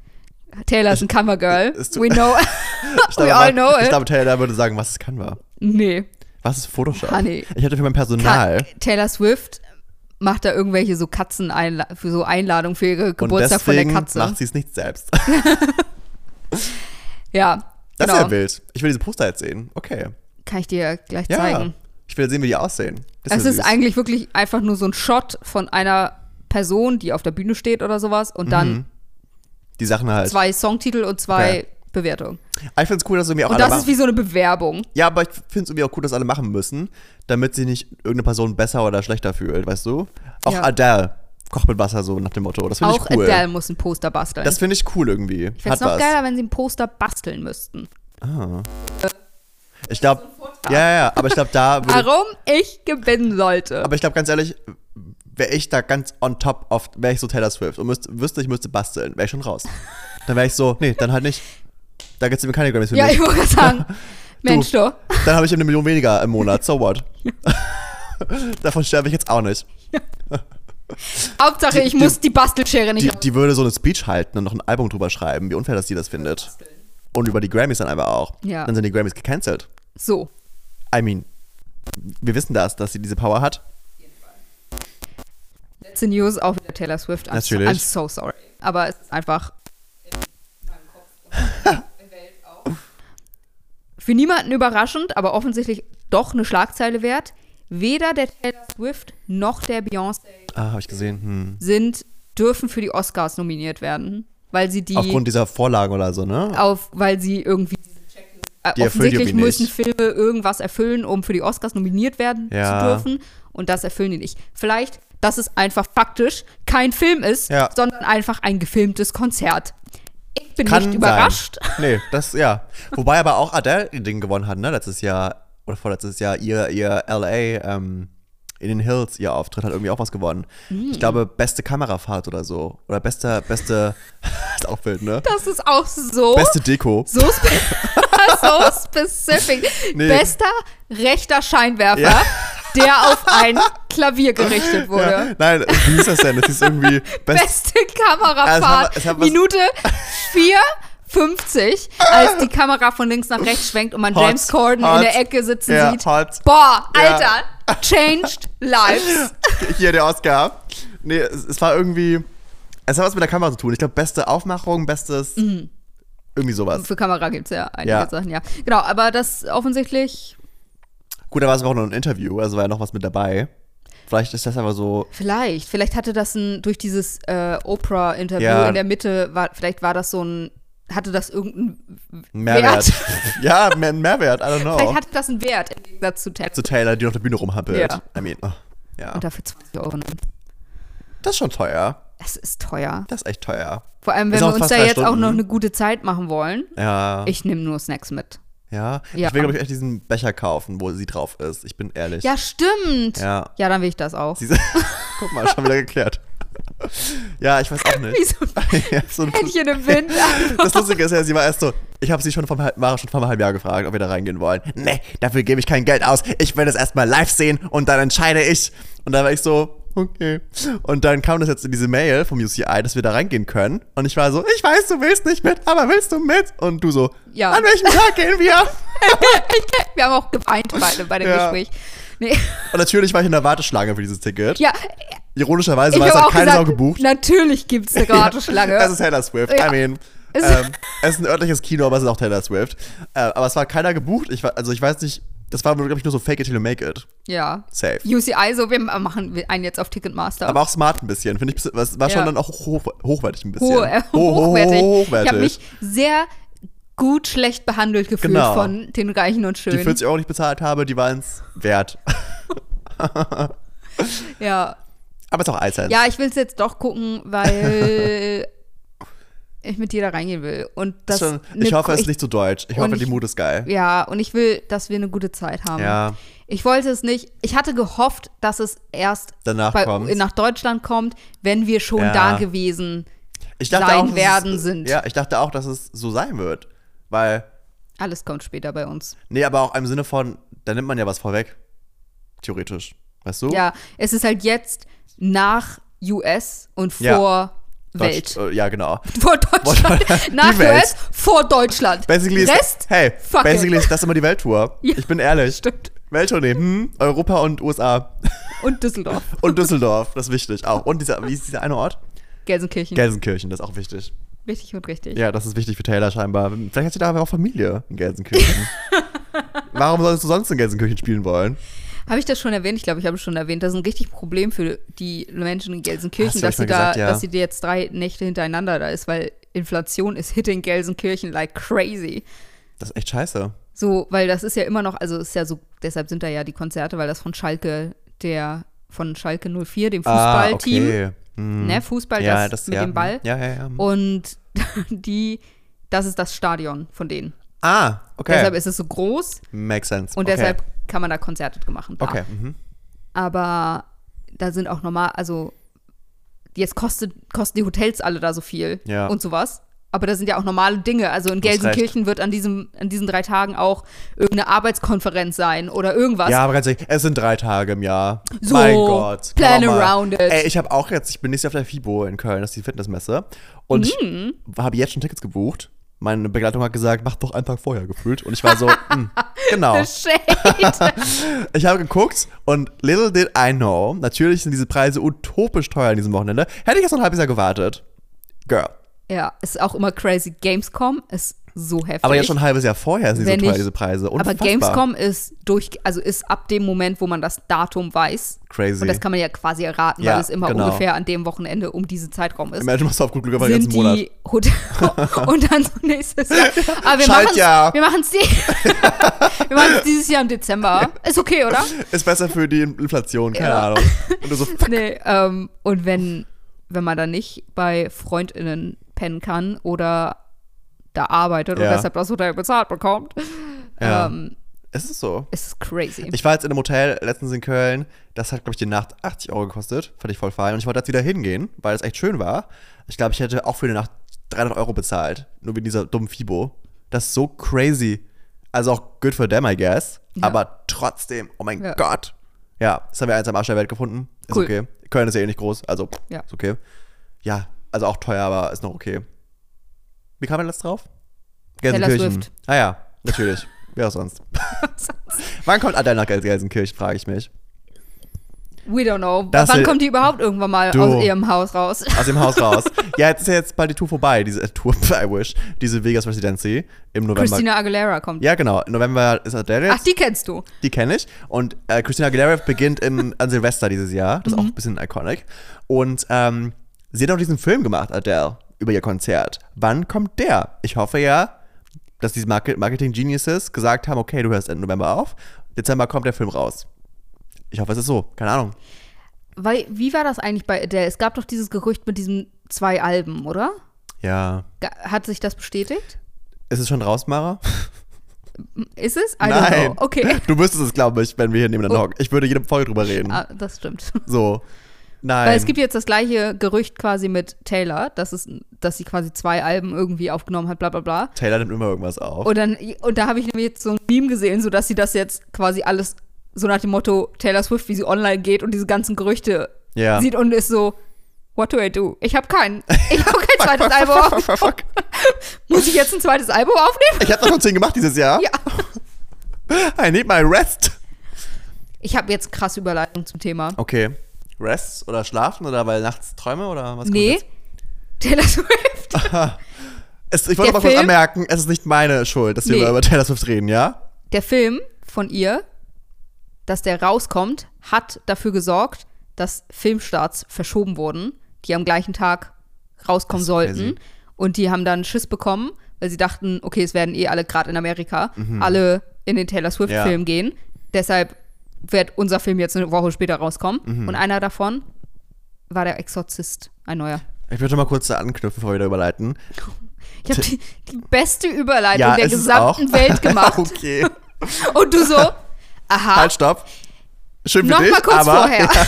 Speaker 2: Taylor ist ein Canva-Girl.
Speaker 1: Es tut-
Speaker 2: We know.
Speaker 1: Ich
Speaker 2: We
Speaker 1: glaube,
Speaker 2: all
Speaker 1: man-
Speaker 2: Oh, know
Speaker 1: ich
Speaker 2: it.
Speaker 1: glaube, Taylor würde sagen, was ist Canva?
Speaker 2: Nee.
Speaker 1: Was ist Photoshop?
Speaker 2: Honey.
Speaker 1: Ich hatte für mein
Speaker 2: Ta-
Speaker 1: Personal.
Speaker 2: Taylor Swift macht da irgendwelche so Katzen für so Einladungen für ihre
Speaker 1: und
Speaker 2: Geburtstag von der
Speaker 1: deswegen
Speaker 2: Katze.
Speaker 1: macht sie es nicht selbst.
Speaker 2: Ja.
Speaker 1: Das
Speaker 2: genau.
Speaker 1: ist ja wild. Ich will diese Poster jetzt sehen. Okay.
Speaker 2: Kann ich dir gleich
Speaker 1: Ja.
Speaker 2: zeigen.
Speaker 1: Ich will sehen, wie die aussehen. Das
Speaker 2: Es
Speaker 1: ja
Speaker 2: ist
Speaker 1: süß.
Speaker 2: eigentlich wirklich einfach nur so ein Shot von einer Person, die auf der Bühne steht oder sowas und dann
Speaker 1: die Sachen halt.
Speaker 2: zwei Songtitel und zwei
Speaker 1: Mhm. Okay.
Speaker 2: Bewertungen.
Speaker 1: Ich finde es cool, dass irgendwie auch
Speaker 2: Und
Speaker 1: alle
Speaker 2: das ist
Speaker 1: machen.
Speaker 2: wie so eine Bewerbung.
Speaker 1: ja, aber ich finde es irgendwie auch cool, dass alle machen müssen, damit sich nicht irgendeine Person besser oder schlechter fühlt, weißt du? Auch
Speaker 2: Ja.
Speaker 1: Adele kocht mit Wasser so nach dem Motto. Das finde
Speaker 2: Auch
Speaker 1: ich cool.
Speaker 2: Adele muss ein Poster basteln.
Speaker 1: Das finde ich cool irgendwie.
Speaker 2: ich fände
Speaker 1: Hat
Speaker 2: es noch
Speaker 1: was.
Speaker 2: geiler, wenn sie ein Poster basteln müssten.
Speaker 1: Ich glaube, ja, ja, ja, aber ich glaube, da würde
Speaker 2: Warum ich gewinnen sollte.
Speaker 1: Aber ich glaube, ganz ehrlich, wäre ich da ganz on top auf, wäre ich so Taylor Swift und müsst, wüsste, ich müsste basteln, wäre ich schon raus. Dann wäre ich so, nee, dann halt nicht. Da gibt's mir keine Grammys für
Speaker 2: ja,
Speaker 1: mich.
Speaker 2: ich wollte gerade sagen, Mensch,
Speaker 1: Du.
Speaker 2: du.
Speaker 1: Dann habe ich eben eine Million weniger im Monat, so what? Davon sterbe ich jetzt auch nicht.
Speaker 2: Hauptsache, ich
Speaker 1: die-
Speaker 2: muss die Bastelschere
Speaker 1: Die,
Speaker 2: nicht.
Speaker 1: die würde so eine Speech halten und noch ein Album drüber schreiben, wie unfair, dass die das findet. Und über die Grammys dann einfach auch.
Speaker 2: Ja.
Speaker 1: Dann sind die Grammys gecancelt.
Speaker 2: so.
Speaker 1: I mean, wir wissen das, dass sie diese Power hat.
Speaker 2: Letzte News auch wieder Taylor Swift. I'm,
Speaker 1: Natürlich.
Speaker 2: I'm so sorry. Aber es ist einfach in meinem Kopf und in der Welt auch. Für niemanden überraschend, aber offensichtlich doch eine Schlagzeile wert. Weder der Taylor Swift noch der Beyoncé
Speaker 1: Ah, habe ich gesehen. Hm.
Speaker 2: sind, dürfen für die Oscars nominiert werden. Weil sie die
Speaker 1: Aufgrund dieser Vorlagen oder so, ne?
Speaker 2: auf, weil sie irgendwie äh,
Speaker 1: Die erfüllt die
Speaker 2: offensichtlich
Speaker 1: irgendwie
Speaker 2: müssen
Speaker 1: nicht.
Speaker 2: Filme irgendwas erfüllen, um für die Oscars nominiert werden zu
Speaker 1: Ja.
Speaker 2: dürfen. Und das erfüllen die nicht. Vielleicht, dass es einfach faktisch kein Film ist,
Speaker 1: Ja.
Speaker 2: sondern einfach ein gefilmtes Konzert. Ich bin
Speaker 1: Kann
Speaker 2: nicht überrascht.
Speaker 1: Sein. Nee, das, ja. Wobei aber auch Adele den Ding gewonnen hat, ne? Letztes Jahr, oder vorletztes Jahr, ihr, ihr L.A. Ähm, in den Hills, ihr Auftritt hat irgendwie auch was gewonnen.
Speaker 2: Hm.
Speaker 1: Ich glaube, beste Kamerafahrt oder so. Oder beste, beste, ist auch wild, ne?
Speaker 2: Das ist auch so,
Speaker 1: Beste Deko.
Speaker 2: so, spe so specific.
Speaker 1: Nee.
Speaker 2: Bester rechter Scheinwerfer,
Speaker 1: Ja.
Speaker 2: der auf ein Klavier gerichtet wurde.
Speaker 1: Ja, nein, wie ist das denn? Das ist irgendwie best,
Speaker 2: beste
Speaker 1: Ja,
Speaker 2: Kamerafahrt.
Speaker 1: es hat was- es hat was-
Speaker 2: Minute 4,50, als die Kamera von links nach rechts schwenkt und man
Speaker 1: Hot,
Speaker 2: James Corden in
Speaker 1: hot,
Speaker 2: der Ecke sitzen
Speaker 1: ja,
Speaker 2: sieht.
Speaker 1: hot.
Speaker 2: Boah,
Speaker 1: Ja.
Speaker 2: Alter, changed lives.
Speaker 1: hier der Oscar. Nee, es, es war irgendwie, es hat was mit der Kamera zu tun. Ich glaube, beste Aufmachung, bestes,
Speaker 2: Mhm.
Speaker 1: irgendwie sowas.
Speaker 2: Für Kamera gibt es ja einige
Speaker 1: Ja.
Speaker 2: Sachen, ja. Genau, aber das offensichtlich,
Speaker 1: Gut, da war es aber auch noch ein Interview, also war ja noch was mit dabei. Vielleicht ist das aber so,
Speaker 2: vielleicht, vielleicht hatte das ein, durch dieses äh, Oprah-Interview
Speaker 1: Ja.
Speaker 2: in der Mitte, war, vielleicht war das so ein, hatte das irgendeinen,
Speaker 1: Mehrwert. ja, mehr, ein Mehrwert, I don't know.
Speaker 2: vielleicht hatte das einen Wert im Gegensatz zu Ted.
Speaker 1: Zu Taylor, die auf der Bühne rumhampelt.
Speaker 2: Ja.
Speaker 1: I mean, oh, ja.
Speaker 2: Und dafür 20 Euro. nimmt.
Speaker 1: Das ist schon teuer.
Speaker 2: Das ist teuer.
Speaker 1: Das ist echt teuer.
Speaker 2: Vor allem, wenn
Speaker 1: Ist
Speaker 2: wir
Speaker 1: auch
Speaker 2: uns
Speaker 1: fast
Speaker 2: da
Speaker 1: drei
Speaker 2: jetzt auch
Speaker 1: Stunden.
Speaker 2: noch eine gute Zeit machen wollen.
Speaker 1: Ja.
Speaker 2: Ich nehme nur Snacks mit.
Speaker 1: ja.
Speaker 2: Ja.
Speaker 1: Ich will, glaube ich, echt diesen Becher kaufen, wo sie drauf ist. Ich bin ehrlich.
Speaker 2: Ja, stimmt.
Speaker 1: Ja.
Speaker 2: ja dann will ich das auch.
Speaker 1: Sie Guck mal, schon wieder geklärt. ja, ich weiß auch
Speaker 2: Wie
Speaker 1: nicht.
Speaker 2: so ein
Speaker 1: ja, so ein
Speaker 2: Händchen im Wind.
Speaker 1: das Lustige ist ja, sie war erst so, Ich habe sie schon vor, einem halben- Mara schon vor einem halben Jahr gefragt, ob wir da reingehen wollen. Nee, dafür gebe ich kein Geld aus. Ich will das erstmal live sehen und dann entscheide ich. Und da war ich so, okay. Und dann kam das jetzt in diese Mail vom UCI, dass wir da reingehen können. Und ich war so, ich weiß, du willst nicht mit, aber willst du mit? Und du so,
Speaker 2: Ja.
Speaker 1: an welchem Tag gehen wir?
Speaker 2: Wir haben auch geweint beide bei dem
Speaker 1: Ja.
Speaker 2: Gespräch. Nee.
Speaker 1: Und natürlich war ich in der Warteschlange für dieses Ticket.
Speaker 2: Ja,
Speaker 1: Ironischerweise
Speaker 2: ich
Speaker 1: war es
Speaker 2: habe
Speaker 1: halt
Speaker 2: auch
Speaker 1: Also keine Sau
Speaker 2: gesagt,
Speaker 1: gebucht.
Speaker 2: natürlich gibt es eine Warteschlange.
Speaker 1: Das ist Taylor Swift.
Speaker 2: Ja.
Speaker 1: I mean.
Speaker 2: Es-
Speaker 1: ähm, es ist ein örtliches Kino, aber es ist auch Taylor Swift. Äh, aber es war keiner gebucht. Ich war, also ich weiß nicht, das war, glaube ich, nur so fake it till you make it.
Speaker 2: ja.
Speaker 1: Safe.
Speaker 2: UCI, so, wir machen einen jetzt auf Ticketmaster.
Speaker 1: Aber auch smart ein bisschen, finde ich. Das war schon
Speaker 2: Ja.
Speaker 1: dann auch hoch, hochwertig ein bisschen.
Speaker 2: Hohe, äh,
Speaker 1: Ho- ho- ho-
Speaker 2: hochwertig.
Speaker 1: hochwertig.
Speaker 2: Ich habe mich sehr gut, schlecht behandelt gefühlt
Speaker 1: Genau.
Speaker 2: von den Reichen und
Speaker 1: die
Speaker 2: Schönen.
Speaker 1: 40 Euro, die ich bezahlt habe, die waren es wert.
Speaker 2: ja.
Speaker 1: Aber es ist auch Allzeit.
Speaker 2: ja, ich will es jetzt doch gucken, weil ich mit dir da reingehen will. Und das
Speaker 1: schon, ich
Speaker 2: eine-
Speaker 1: hoffe, es ist nicht zu deutsch. Ich
Speaker 2: und
Speaker 1: hoffe, die
Speaker 2: ich-
Speaker 1: Mut ist geil.
Speaker 2: Ja, und ich will, dass wir eine gute Zeit haben.
Speaker 1: Ja.
Speaker 2: Ich wollte es nicht. Ich hatte gehofft, dass es erst
Speaker 1: Danach
Speaker 2: bei,
Speaker 1: kommt's.
Speaker 2: nach Deutschland kommt, wenn wir schon
Speaker 1: Ja.
Speaker 2: da gewesen.
Speaker 1: Ich dachte
Speaker 2: sein
Speaker 1: auch, dass
Speaker 2: werden
Speaker 1: es,
Speaker 2: sind.
Speaker 1: Ja, ich dachte auch, dass es so sein wird. Weil,
Speaker 2: Alles kommt später bei uns.
Speaker 1: nee, aber auch im Sinne von, da nimmt man ja was vorweg. Theoretisch. Weißt du?
Speaker 2: Ja, es ist halt jetzt nach US und vor
Speaker 1: Ja. Deutsch-
Speaker 2: Welt.
Speaker 1: äh, ja, genau.
Speaker 2: Vor Deutschland.
Speaker 1: Die
Speaker 2: Nach
Speaker 1: Welt.
Speaker 2: US, vor Deutschland.
Speaker 1: Basically
Speaker 2: Rest?
Speaker 1: ist, hey,
Speaker 2: Fuck
Speaker 1: basically
Speaker 2: it.
Speaker 1: ist das immer die Welttour.
Speaker 2: Ja.
Speaker 1: Ich bin ehrlich.
Speaker 2: Stimmt.
Speaker 1: Welttournee, hm, Europa und USA.
Speaker 2: Und Düsseldorf.
Speaker 1: Und Düsseldorf, das ist wichtig auch. Und dieser, wie ist dieser eine Ort?
Speaker 2: Gelsenkirchen.
Speaker 1: Gelsenkirchen, das ist auch wichtig.
Speaker 2: richtig und richtig.
Speaker 1: Ja, das ist wichtig für Taylor scheinbar. Vielleicht hat sie da aber auch Familie in Gelsenkirchen. Warum solltest du sonst in Gelsenkirchen spielen wollen?
Speaker 2: Habe ich das schon erwähnt? Ich glaube, ich habe es schon erwähnt. Das ist ein richtig Problem für die Menschen in
Speaker 1: Hast du,
Speaker 2: Gelsenkirchen,
Speaker 1: hab
Speaker 2: dass
Speaker 1: ich mal
Speaker 2: sie, da,
Speaker 1: gesagt, ja.
Speaker 2: dass sie jetzt drei Nächte hintereinander da ist, weil Inflation ist hitting Gelsenkirchen like crazy.
Speaker 1: Das ist echt scheiße.
Speaker 2: So, weil das ist ja immer noch, also ist ja so, deshalb sind da ja die Konzerte, weil das von Schalke, der von Schalke 04, dem Fußballteam,
Speaker 1: Ah, okay. Hm.
Speaker 2: ne, Fußball,
Speaker 1: ja,
Speaker 2: das,
Speaker 1: das
Speaker 2: mit
Speaker 1: ja, hm.
Speaker 2: dem Ball.
Speaker 1: Ja, ja, ja.
Speaker 2: Und die, das ist das Stadion von denen.
Speaker 1: Ah, okay.
Speaker 2: Deshalb ist es so groß
Speaker 1: Makes sense.
Speaker 2: und
Speaker 1: okay.
Speaker 2: deshalb kann man da Konzerte machen. Klar.
Speaker 1: Okay. Mhm.
Speaker 2: Aber da sind auch normal, also jetzt kostet, kosten die Hotels alle da so viel
Speaker 1: Ja.
Speaker 2: und sowas. Aber das sind ja auch normale Dinge. Also in
Speaker 1: Du hast
Speaker 2: Gelsenkirchen wird an, diesem, an diesen drei Tagen auch irgendeine Arbeitskonferenz sein oder irgendwas.
Speaker 1: Ja, aber ganz ehrlich, es sind drei Tage im Jahr.
Speaker 2: So,
Speaker 1: mein Gott.
Speaker 2: plan
Speaker 1: komm mal.
Speaker 2: around it.
Speaker 1: Ey, ich habe auch jetzt, ich bin nächstes Jahr auf der FIBO in Köln, das ist die Fitnessmesse. Und
Speaker 2: Mm.
Speaker 1: ich habe jetzt schon Tickets gebucht. Meine Begleitung hat gesagt, mach doch einen Tag vorher gefühlt. Und ich war so, hm, genau.
Speaker 2: Shade.
Speaker 1: Ich habe geguckt und little did I know, natürlich sind diese Preise utopisch teuer an diesem Wochenende. Hätte ich jetzt noch ein halbes Jahr gewartet. Girl.
Speaker 2: ja, ist auch immer crazy. Gamescom ist so heftig.
Speaker 1: Aber jetzt schon ein halbes Jahr vorher sind die
Speaker 2: Wenn
Speaker 1: so teuer,
Speaker 2: ich-
Speaker 1: diese Preise.
Speaker 2: Aber
Speaker 1: Unfassbar.
Speaker 2: Gamescom ist durch, also ist ab dem Moment, wo man das Datum weiß.
Speaker 1: Crazy.
Speaker 2: Und das kann man ja quasi erraten,
Speaker 1: Ja,
Speaker 2: weil es immer
Speaker 1: genau.
Speaker 2: ungefähr an dem Wochenende um diesen Zeitraum ist.
Speaker 1: Imagine, was du auf gut Glück einfach den
Speaker 2: sind
Speaker 1: ganzen Monat.
Speaker 2: die Hotel und dann so nächstes Jahr. Aber wir machen
Speaker 1: Schaltjahr.
Speaker 2: wir machen's die wir machen's dieses Jahr im Dezember. Ist okay, oder?
Speaker 1: Ist besser für die Inflation, keine
Speaker 2: Ja.
Speaker 1: Ahnung. Und du so,
Speaker 2: Nee, ähm, und wenn wenn man dann nicht bei Freundinnen pennen kann oder da arbeitet und
Speaker 1: Ja.
Speaker 2: deshalb das Hotel bezahlt bekommt,
Speaker 1: Ja.
Speaker 2: ähm,
Speaker 1: es ist so.
Speaker 2: ist es crazy.
Speaker 1: Ich war jetzt in einem Hotel letztens in Köln. Das hat, glaube ich, die Nacht 80 Euro gekostet. Fand ich voll fein. Und ich wollte jetzt wieder hingehen, weil es echt schön war. Ich glaube, ich hätte auch für die Nacht 300 Euro bezahlt. Nur wegen dieser dummen FIBO. Das ist so crazy. Also auch good for them, I guess.
Speaker 2: Ja.
Speaker 1: Aber trotzdem, oh mein
Speaker 2: Ja.
Speaker 1: Gott. Ja, das haben wir eins am Arsch der Welt gefunden. Ist
Speaker 2: Cool.
Speaker 1: okay. Köln ist ja eh nicht groß, also
Speaker 2: Ja.
Speaker 1: ist okay. Ja, also auch teuer, aber ist noch okay. Wie kam man jetzt drauf?
Speaker 2: Taylor
Speaker 1: Gelsenkirchen.
Speaker 2: Swift.
Speaker 1: Ah ja, natürlich. Wer auch sonst. Wann kommt Adele nach Gels- Gelsenkirchen, frage ich mich.
Speaker 2: We don't know.
Speaker 1: Das
Speaker 2: Wann
Speaker 1: ist-
Speaker 2: kommt die überhaupt irgendwann mal
Speaker 1: Du. Also,
Speaker 2: aus ihrem Haus raus?
Speaker 1: Aus dem Haus raus. ja, jetzt ist ja jetzt bald die Tour vorbei, diese äh, Tour, I wish, diese Vegas Residency im November.
Speaker 2: Christina Aguilera kommt.
Speaker 1: Ja, genau. Im November ist Adele
Speaker 2: Ach,
Speaker 1: jetzt,
Speaker 2: die kennst du.
Speaker 1: die kenne ich. Und äh, Christina Aguilera beginnt im, an Silvester dieses Jahr. Das ist
Speaker 2: Mhm.
Speaker 1: auch ein bisschen iconic. Und ähm, sie hat auch diesen Film gemacht, Adele, über ihr Konzert. Wann kommt der? Ich hoffe ja, dass diese Marke- Marketing Geniuses gesagt haben, okay, du hörst Ende November auf. Dezember kommt der Film raus. Ich hoffe, es ist so. Keine Ahnung.
Speaker 2: Weil, wie war das eigentlich bei Adele? Es gab doch dieses Gerücht mit diesen zwei Alben, oder?
Speaker 1: Ja.
Speaker 2: Ga- Hat sich das bestätigt?
Speaker 1: Ist es schon raus, Mara?
Speaker 2: Ist es? I don't
Speaker 1: Nein.
Speaker 2: know. Okay.
Speaker 1: Du müsstest es, glaube ich, wenn wir hier nebeneinander
Speaker 2: Oh.
Speaker 1: hocken. Ich würde jede Folge drüber reden.
Speaker 2: Ah, das stimmt.
Speaker 1: So. Nein.
Speaker 2: Weil es gibt jetzt das gleiche Gerücht quasi mit Taylor, dass, es, dass sie quasi zwei Alben irgendwie aufgenommen hat, bla bla bla.
Speaker 1: Taylor nimmt immer irgendwas auf.
Speaker 2: Und, dann, und da habe ich nämlich jetzt so ein Meme gesehen, sodass sie das jetzt quasi alles so nach dem Motto Taylor Swift, wie sie online geht und diese ganzen Gerüchte
Speaker 1: Ja.
Speaker 2: sieht und ist so, what do I do? Ich habe keinen. Ich habe kein zweites Album aufgenommen.
Speaker 1: Fuck.
Speaker 2: Muss ich jetzt ein zweites Album aufnehmen?
Speaker 1: Ich habe noch schon 10 gemacht dieses Jahr.
Speaker 2: Ja.
Speaker 1: I need my rest.
Speaker 2: Ich habe jetzt krass Überleitung zum Thema.
Speaker 1: Okay. Rest oder schlafen oder weil nachts Träume oder was? kommt
Speaker 2: nee,
Speaker 1: jetzt?
Speaker 2: Taylor Swift.
Speaker 1: Es, ich wollte
Speaker 2: Der
Speaker 1: aber kurz
Speaker 2: Film?
Speaker 1: anmerken, es ist nicht meine Schuld, dass
Speaker 2: Nee.
Speaker 1: wir über Taylor Swift reden, ja?
Speaker 2: Der Film von ihr, dass der rauskommt, hat dafür gesorgt, dass Filmstarts verschoben wurden, die am gleichen Tag rauskommen
Speaker 1: Das ist crazy.
Speaker 2: sollten. Und die haben dann Schiss bekommen, weil sie dachten, okay, es werden eh alle gerade in Amerika, alle in den Taylor
Speaker 1: Mhm.
Speaker 2: Swift-Film
Speaker 1: Ja.
Speaker 2: gehen. Deshalb wird unser Film jetzt eine Woche später rauskommen.
Speaker 1: Mhm.
Speaker 2: Und einer davon war der Exorzist, ein neuer.
Speaker 1: Ich möchte mal kurz da anknüpfen, bevor wir da überleiten.
Speaker 2: Ich habe die, die beste Überleitung
Speaker 1: ja,
Speaker 2: der
Speaker 1: es ist auch-
Speaker 2: gesamten Welt gemacht.
Speaker 1: okay.
Speaker 2: Und du so, aha,
Speaker 1: Halt, stopp. Schön für
Speaker 2: Noch
Speaker 1: dich,
Speaker 2: mal kurz
Speaker 1: aber,
Speaker 2: vorher.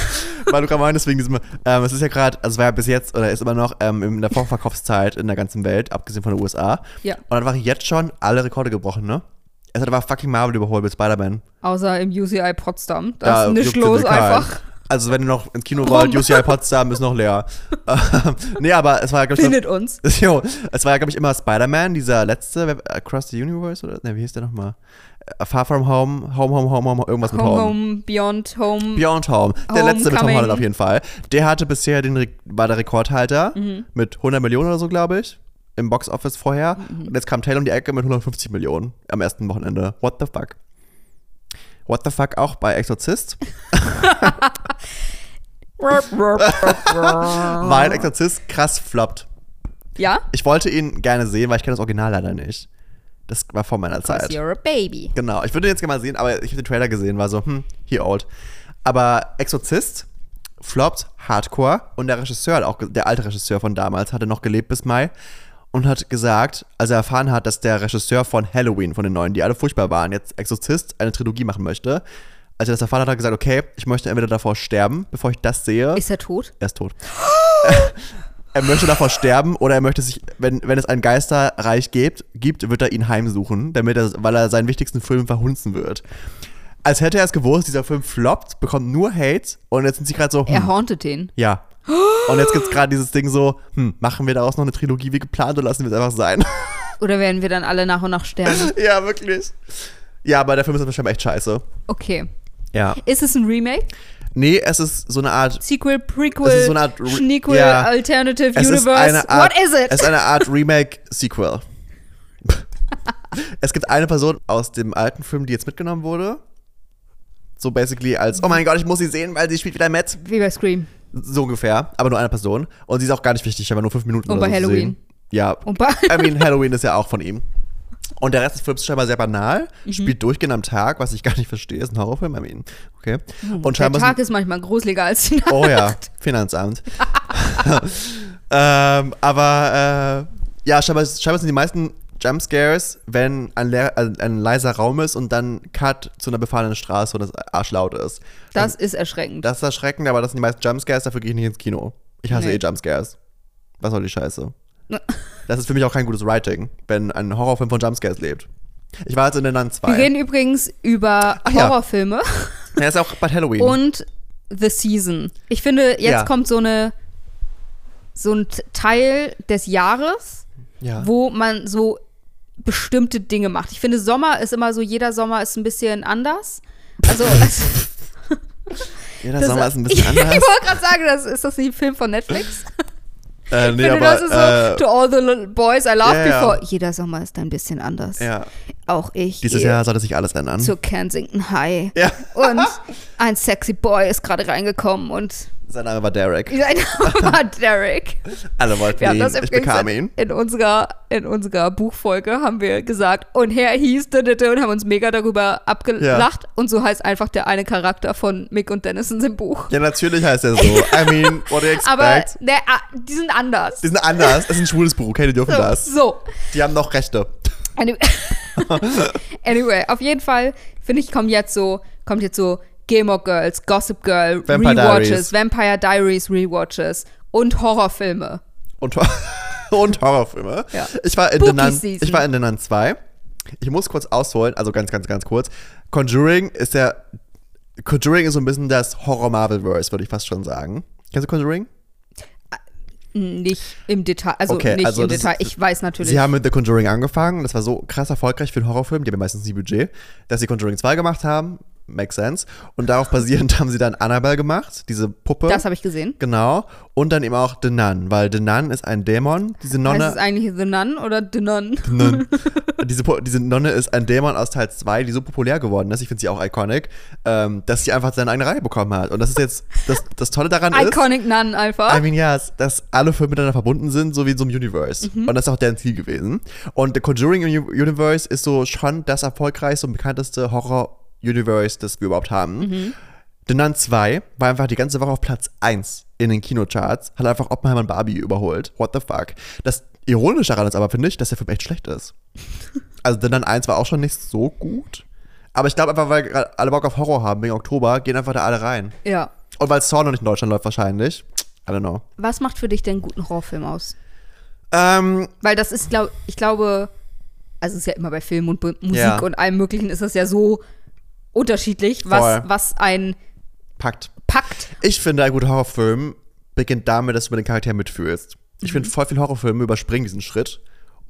Speaker 1: Ja, weil du gerade meintest, wegen diesem, ähm, es ist ja gerade, also es war ja bis jetzt oder ist immer noch ähm, in der Vorverkaufszeit in der ganzen Welt, abgesehen von den USA.
Speaker 2: Ja.
Speaker 1: Und dann war jetzt schon alle Rekorde gebrochen, ne? Es hat aber fucking Marvel überholt mit Spider-Man.
Speaker 2: Außer im UCI Potsdam. Da ist nicht
Speaker 1: juckt's
Speaker 2: los
Speaker 1: in den Kahlen.
Speaker 2: einfach.
Speaker 1: Also wenn ihr noch ins Kino wollt,
Speaker 2: Rum.
Speaker 1: UCI Potsdam ist noch leer. Ähm, nee, aber es war, glaube ich, noch-
Speaker 2: Findet uns.
Speaker 1: Jo, es war ja, glaube ich, immer Spider-Man, dieser letzte Web- Across the Universe, oder? Ne, wie hieß der nochmal? Äh, Far From Home, Home, Home, Home, Home, irgendwas mit
Speaker 2: Home,
Speaker 1: Home.
Speaker 2: home, beyond home.
Speaker 1: Beyond Home. Der letzte mit Tom
Speaker 2: Homecoming.
Speaker 1: Holland auf jeden Fall. Der hatte bisher den, Re- war der Rekordhalter
Speaker 2: Mhm.
Speaker 1: mit 100 Millionen oder so, glaube ich, im Boxoffice vorher.
Speaker 2: Mhm.
Speaker 1: Und jetzt kam Taylor um die Ecke mit 150 Millionen am ersten Wochenende. What the fuck? What the fuck auch bei Exorzist? Weil Exorzist krass floppt.
Speaker 2: ja?
Speaker 1: Ich wollte ihn gerne sehen, weil ich kenne das Original leider nicht. Das war vor meiner
Speaker 2: Cause
Speaker 1: Zeit.
Speaker 2: you're a baby.
Speaker 1: Genau, ich würde ihn jetzt gerne mal sehen, aber ich habe den Trailer gesehen, war so, hm, he old. Aber Exorzist floppt hardcore und der Regisseur, hat auch ge- der alte Regisseur von damals, hatte noch gelebt bis Mai und hat gesagt, als er erfahren hat, dass der Regisseur von Halloween, von den neuen, die alle furchtbar waren, jetzt Exorzist eine Trilogie machen möchte, als er das erfahren hat, hat er gesagt, okay, ich möchte entweder davor sterben, bevor ich das sehe.
Speaker 2: Ist er tot?
Speaker 1: Er ist tot. er möchte davor sterben oder er möchte sich, wenn, wenn es ein Geisterreich gibt, gibt, wird er ihn heimsuchen, damit er, weil er seinen wichtigsten Film verhunzen wird. Als hätte er es gewusst, dieser Film floppt, bekommt nur Hate und jetzt sind sie gerade so,
Speaker 2: Er
Speaker 1: hm,
Speaker 2: hauntet den.
Speaker 1: ja. Und jetzt gibt's gerade dieses Ding so, hm, machen wir daraus noch eine Trilogie wie geplant oder lassen wir es einfach sein?
Speaker 2: Oder werden wir dann alle nach und nach sterben?
Speaker 1: ja, wirklich. Ja, aber der Film ist wahrscheinlich echt scheiße.
Speaker 2: Okay.
Speaker 1: Ja.
Speaker 2: Ist es ein Remake?
Speaker 1: Nee, es ist so eine Art
Speaker 2: Sequel,
Speaker 1: Es ist
Speaker 2: Prequel,
Speaker 1: so eine Art Re-
Speaker 2: Schnequel,
Speaker 1: ja.
Speaker 2: Alternative
Speaker 1: Es
Speaker 2: Universe?
Speaker 1: ist eine Art,
Speaker 2: What is it?
Speaker 1: Es ist eine Art Remake-Sequel. es gibt eine Person aus dem alten Film, die jetzt mitgenommen wurde. So basically als, oh mein Gott, ich muss sie sehen, weil sie spielt wieder Matt.
Speaker 2: Wie bei Scream.
Speaker 1: So ungefähr, aber nur eine Person. Und sie ist auch gar nicht wichtig, aber nur fünf Minuten
Speaker 2: Und
Speaker 1: oder
Speaker 2: bei
Speaker 1: so zu
Speaker 2: Halloween.
Speaker 1: Sehen. Ja,
Speaker 2: Und bei
Speaker 1: I mean, Halloween ist ja auch von ihm. Und der Rest des Films ist scheinbar sehr banal,
Speaker 2: Mhm.
Speaker 1: spielt durchgehend am Tag, was ich gar nicht verstehe. Ist ein Horrorfilm, I mean. Okay. Und
Speaker 2: Mhm. Der
Speaker 1: scheinbar sind-
Speaker 2: Tag ist manchmal gruseliger als die Nacht.
Speaker 1: Oh ja, Finanzamt. ähm, aber äh, ja, scheinbar, scheinbar sind die meisten Jumpscares, wenn ein, leer, ein, ein leiser Raum ist und dann Cut zu einer befahrenen Straße und das arschlaut ist.
Speaker 2: Das ist erschreckend.
Speaker 1: Das ist erschreckend, aber das sind die meisten Jumpscares, dafür gehe ich nicht ins Kino. Ich hasse
Speaker 2: Nee. Ne.
Speaker 1: eh Jumpscares. Was soll die Scheiße? Das ist für mich auch kein gutes Writing, wenn ein Horrorfilm von Jumpscares lebt. Ich war jetzt in den Land 2.
Speaker 2: Wir reden übrigens über
Speaker 1: Ach ja.
Speaker 2: Horrorfilme.
Speaker 1: Ja, ist ja auch bald Halloween.
Speaker 2: und The Season. Ich finde, jetzt
Speaker 1: Ja.
Speaker 2: kommt so eine so ein T- Teil des Jahres,
Speaker 1: ja.
Speaker 2: wo man so bestimmte Dinge macht. Ich finde, Sommer ist immer so, jeder Sommer ist ein bisschen anders. Also, das,
Speaker 1: Jeder Sommer ist ein bisschen
Speaker 2: ich
Speaker 1: anders.
Speaker 2: wollte gerade sagen, das, ist das nicht ein Film von Netflix?
Speaker 1: äh,
Speaker 2: Ich
Speaker 1: nee,
Speaker 2: finde,
Speaker 1: aber,
Speaker 2: das ist so,
Speaker 1: äh,
Speaker 2: to all the little boys I loved
Speaker 1: ja, ja.
Speaker 2: before. Jeder Sommer ist ein bisschen anders.
Speaker 1: ja.
Speaker 2: Auch ich
Speaker 1: Dieses
Speaker 2: gehe
Speaker 1: Jahr sollte sich alles ändern.
Speaker 2: zur Kensington High.
Speaker 1: Ja.
Speaker 2: Und ein sexy Boy ist gerade reingekommen und
Speaker 1: Sein Name war Derek.
Speaker 2: sein Name war Derek.
Speaker 1: Alle wollten
Speaker 2: Wir haben
Speaker 1: ihn.
Speaker 2: das
Speaker 1: ich
Speaker 2: übrigens
Speaker 1: bekam
Speaker 2: in,
Speaker 1: ihn.
Speaker 2: in, unserer, in unserer Buchfolge haben wir gesagt, und Herr hieß Ditte und haben uns mega darüber abgelacht. Und so heißt einfach der eine Charakter von Mick und Dennis in seinem Buch.
Speaker 1: Ja, natürlich heißt er so. I mean, what do you expect?
Speaker 2: Aber ne, ah, die sind anders.
Speaker 1: die sind anders. Es ist ein schwules Buch. Okay, die dürfen das.
Speaker 2: so.
Speaker 1: Die haben noch Rechte.
Speaker 2: Anyway, anyway auf jeden Fall finde ich, kommt jetzt so, kommt jetzt so Gilmore Girls, Gossip Girl,
Speaker 1: Vampire
Speaker 2: Rewatches,
Speaker 1: Diaries.
Speaker 2: Vampire Diaries, Rewatches und Horrorfilme.
Speaker 1: und, Hor- und Horrorfilme.
Speaker 2: Ja.
Speaker 1: Ich, war in
Speaker 2: Spooky
Speaker 1: The Nun,
Speaker 2: Season.
Speaker 1: ich war in The Nun 2. Ich muss kurz ausholen, also ganz, ganz, ganz kurz. Conjuring ist der. Conjuring ist so ein bisschen das Horror-Marvel-Verse, würde ich fast schon sagen. Kennst du Conjuring?
Speaker 2: Nicht im Detail, also
Speaker 1: Okay,
Speaker 2: nicht
Speaker 1: also
Speaker 2: im
Speaker 1: das-
Speaker 2: Detail. Ich weiß natürlich.
Speaker 1: Sie haben mit The Conjuring angefangen. Das war so krass erfolgreich für einen Horrorfilm, die haben ja meistens nie Budget, dass sie Conjuring 2 gemacht haben. Makes sense. Und darauf basierend haben sie dann Annabelle gemacht, diese Puppe.
Speaker 2: das habe ich gesehen.
Speaker 1: Genau. Und dann eben auch The Nun, weil The Nun ist ein Dämon. Diese
Speaker 2: heißt
Speaker 1: Nonne.
Speaker 2: Also es eigentlich The Nun oder The Nun?
Speaker 1: Nun. diese, Po- diese Nonne ist ein Dämon aus Teil 2, die so populär geworden ist, ich finde sie auch iconic, ähm, dass sie einfach seine eigene Reihe bekommen hat. Und das ist jetzt, das, das Tolle daran ist,
Speaker 2: Iconic Nun einfach.
Speaker 1: I mean, ja, yes, dass alle Filme miteinander verbunden sind, so wie in so einem Universe. Und das ist auch deren Ziel gewesen. Und The Conjuring Uni- Universe ist so schon das erfolgreichste und bekannteste Horror-Universe, das wir überhaupt haben. The Nun 2 war einfach die ganze Woche auf Platz 1 in den Kinocharts, hat einfach Oppenheimer und Barbie überholt. What the fuck? Das Ironische daran ist aber, finde ich, dass der Film echt schlecht ist. Also The Nun 1 war auch schon nicht so gut. Aber ich glaube einfach, weil gerade alle Bock auf Horror haben wegen Oktober, gehen einfach da alle rein.
Speaker 2: ja.
Speaker 1: Und weil Saw noch nicht in Deutschland läuft wahrscheinlich. I don't know.
Speaker 2: Was macht für dich denn einen guten Horrorfilm aus?
Speaker 1: Ähm,
Speaker 2: Weil das ist, glaub, ich glaube, also es ist ja immer bei Film und Bu- Musik
Speaker 1: Ja.
Speaker 2: und allem Möglichen ist das ja so unterschiedlich, was,
Speaker 1: Voll.
Speaker 2: was einen
Speaker 1: packt.
Speaker 2: packt.
Speaker 1: Ich finde, ein guter Horrorfilm beginnt damit, dass du mit den Charakteren mitfühlst. Ich finde, voll viele Horrorfilme überspringen diesen Schritt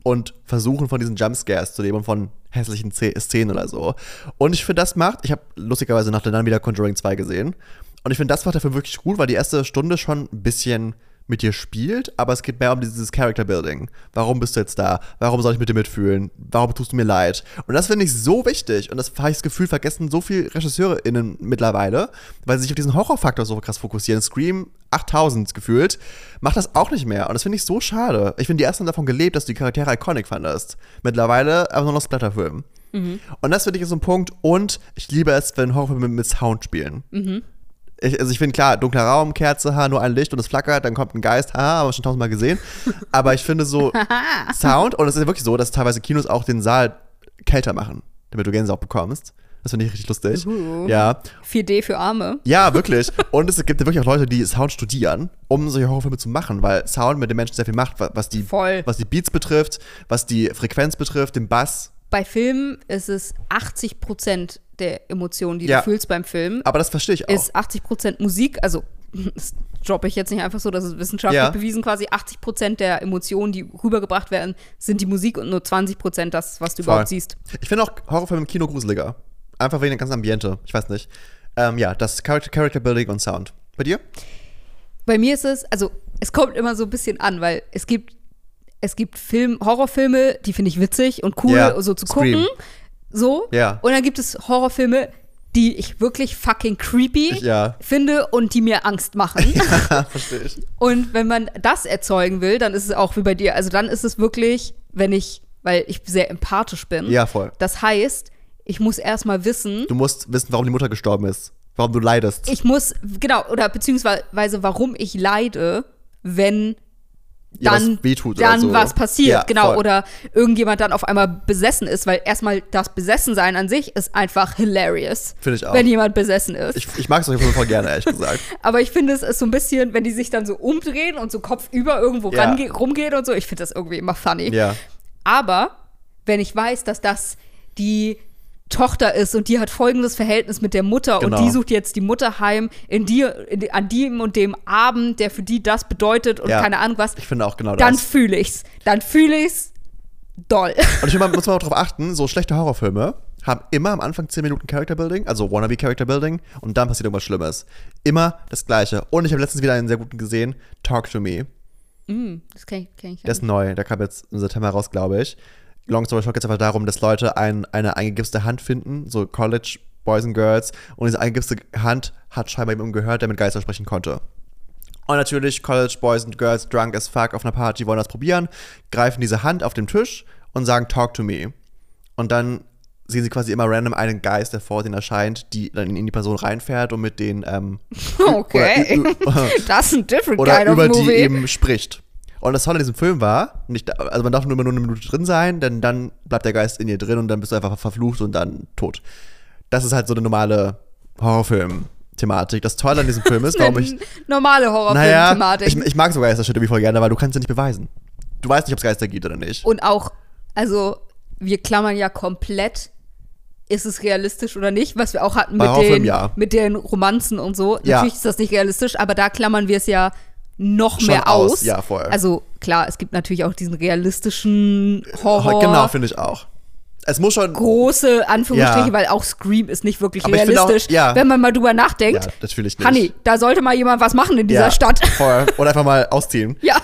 Speaker 1: und versuchen von diesen Jumpscares zu leben und von hässlichen Ze- Szenen oder so. Und ich finde, das macht, ich habe lustigerweise nach der dann wieder Conjuring 2 gesehen. Und ich finde, das macht der Film wirklich gut, weil die erste Stunde schon ein bisschen mit dir spielt, aber es geht mehr um dieses Character Building. Warum bist du jetzt da? Warum soll ich mit dir mitfühlen? Warum tust du mir leid? Und das finde ich so wichtig und das habe ich das Gefühl, vergessen so viele RegisseurInnen mittlerweile, weil sie sich auf diesen Horrorfaktor so krass fokussieren. Scream 8000 gefühlt macht das auch nicht mehr und das finde ich so schade. Ich finde, die ersten haben davon gelebt, dass du die Charaktere iconic fandest. Mittlerweile aber nur noch Splatterfilm. Und das finde ich ist so ein Punkt und ich liebe es, wenn Horrorfilme mit Sound spielen. Ich, also ich finde klar, dunkler Raum, Kerze, ha, nur ein Licht und es flackert, dann kommt ein Geist, ha, haben wir schon tausendmal gesehen. Aber ich finde so Sound, und es ist ja wirklich so, dass teilweise Kinos auch den Saal kälter machen, damit du Gänsehaut bekommst. Das finde ich richtig lustig.
Speaker 2: Uhu.
Speaker 1: Ja.
Speaker 2: 4D für Arme.
Speaker 1: Ja, wirklich. Und es gibt ja wirklich auch Leute, die Sound studieren, um solche Horrorfilme zu machen, weil Sound mit den Menschen sehr viel macht, wa- was die,
Speaker 2: Voll.
Speaker 1: was die Beats betrifft, was die Frequenz betrifft, den Bass.
Speaker 2: Bei Filmen ist es 80 Prozent der Emotionen, die
Speaker 1: Ja.
Speaker 2: du fühlst beim Film,
Speaker 1: Aber das verstehe ich auch.
Speaker 2: ist 80 Prozent Musik. Also das droppe ich jetzt nicht einfach so, das ist wissenschaftlich
Speaker 1: Ja.
Speaker 2: bewiesen quasi. 80 Prozent der Emotionen, die rübergebracht werden, sind die Musik und nur 20 Prozent das, was du
Speaker 1: Voll.
Speaker 2: überhaupt siehst.
Speaker 1: Ich finde auch Horrorfilme im Kino gruseliger. Einfach wegen dem ganzen Ambiente. Ich weiß nicht. Ähm, ja, das Character, Character Building und Sound. Bei dir?
Speaker 2: Bei mir ist es, also es kommt immer so ein bisschen an, weil es gibt, es gibt Film, Horrorfilme, die finde ich witzig und cool,
Speaker 1: Ja,
Speaker 2: so zu
Speaker 1: Scream.
Speaker 2: gucken. So.
Speaker 1: Ja.
Speaker 2: Und dann gibt es Horrorfilme, die ich wirklich fucking creepy
Speaker 1: Ich- ja.
Speaker 2: finde und die mir Angst machen.
Speaker 1: Verstehe ich.
Speaker 2: Und wenn man das erzeugen will, dann ist es auch wie bei dir. Also dann ist es wirklich, wenn ich, weil ich sehr empathisch bin.
Speaker 1: Ja, voll.
Speaker 2: Das heißt, ich muss erstmal wissen,
Speaker 1: Du musst wissen, warum die Mutter gestorben ist. Warum du leidest.
Speaker 2: ich muss, genau, oder beziehungsweise warum ich leide, wenn
Speaker 1: Ihr was
Speaker 2: dann,
Speaker 1: wehtut oder
Speaker 2: dann
Speaker 1: so.
Speaker 2: was passiert,
Speaker 1: Ja,
Speaker 2: genau.
Speaker 1: voll.
Speaker 2: Oder irgendjemand dann auf einmal besessen ist, weil erstmal das Besessensein an sich ist einfach hilarious.
Speaker 1: Finde ich auch.
Speaker 2: Wenn jemand besessen ist.
Speaker 1: ich, ich mag solche Filme voll gerne, ehrlich gesagt.
Speaker 2: Aber ich finde, es ist so ein bisschen, wenn die sich dann so umdrehen und so kopfüber irgendwo
Speaker 1: Ja.
Speaker 2: range- rumgehen und so, ich finde das irgendwie immer funny.
Speaker 1: Ja.
Speaker 2: Aber wenn ich weiß, dass das die Tochter ist und die hat folgendes Verhältnis mit der Mutter
Speaker 1: Genau.
Speaker 2: und die sucht jetzt die Mutter heim in die, in, an dem und dem Abend, der für die das bedeutet und
Speaker 1: Ja.
Speaker 2: keine Ahnung was,
Speaker 1: Ich finde auch genau
Speaker 2: dann
Speaker 1: das.
Speaker 2: fühle ich's. Dann fühle ich's doll.
Speaker 1: Und ich finde, man muss man auch darauf achten, so schlechte Horrorfilme haben immer am Anfang 10 Minuten Character Building, also Wannabe Character Building, und dann passiert irgendwas Schlimmes. Immer das Gleiche. Und ich habe letztens wieder einen sehr guten gesehen, Talk to Me.
Speaker 2: Das kann ich, kann ich
Speaker 1: Der ist neu, der kam jetzt im September raus, glaube ich. Long Story Short geht es einfach darum, dass Leute ein, eine eingegipste Hand finden, so College Boys and Girls, und diese eingegipste Hand hat scheinbar jemandem gehört, der mit Geistern sprechen konnte. Und natürlich, College Boys and Girls, drunk as fuck, auf einer Party, wollen das probieren, greifen diese Hand auf dem Tisch und sagen, talk to me. Und dann sehen sie quasi immer random einen Geist, der vor denen erscheint, die dann in die Person reinfährt und mit denen, ähm,
Speaker 2: Okay.
Speaker 1: oder-
Speaker 2: das ist ein different
Speaker 1: oder
Speaker 2: kind of
Speaker 1: über
Speaker 2: movie.
Speaker 1: die eben spricht. Und das Tolle an diesem Film war, nicht, also man darf nur immer nur eine Minute drin sein, denn dann bleibt der Geist in dir drin und dann bist du einfach verflucht und dann tot. Das ist halt so eine normale Horrorfilm-Thematik. Das Tolle an diesem Film ist, warum ich.
Speaker 2: Normale
Speaker 1: Naja,
Speaker 2: Horrorfilm-Thematik.
Speaker 1: ich, ich mag sogar Geisterstädte wie voll gerne, weil du kannst ja nicht beweisen. Du weißt nicht, ob es Geister gibt oder nicht.
Speaker 2: Und auch, also, wir klammern ja komplett, ist es realistisch oder nicht, was wir auch hatten
Speaker 1: Bei
Speaker 2: mit,
Speaker 1: Horrorfilmen,
Speaker 2: den,
Speaker 1: ja.
Speaker 2: mit den Romanzen und so.
Speaker 1: Ja.
Speaker 2: Natürlich ist das nicht realistisch, aber da klammern wir es ja noch
Speaker 1: Schon
Speaker 2: mehr
Speaker 1: aus,
Speaker 2: aus.
Speaker 1: ja, voll.
Speaker 2: Also, klar, es gibt natürlich auch diesen realistischen Horror.
Speaker 1: Genau, finde ich auch. Es muss schon.
Speaker 2: große Anführungsstriche,
Speaker 1: Ja.
Speaker 2: weil auch Scream ist nicht wirklich
Speaker 1: Aber ich finde auch-
Speaker 2: realistisch.
Speaker 1: ja.
Speaker 2: Wenn man mal drüber nachdenkt,
Speaker 1: Ja, das fühle ich nicht.
Speaker 2: Hanni, da sollte mal jemand was machen in dieser
Speaker 1: ja,
Speaker 2: Stadt.
Speaker 1: Voll. Oder einfach mal ausziehen.
Speaker 2: ja.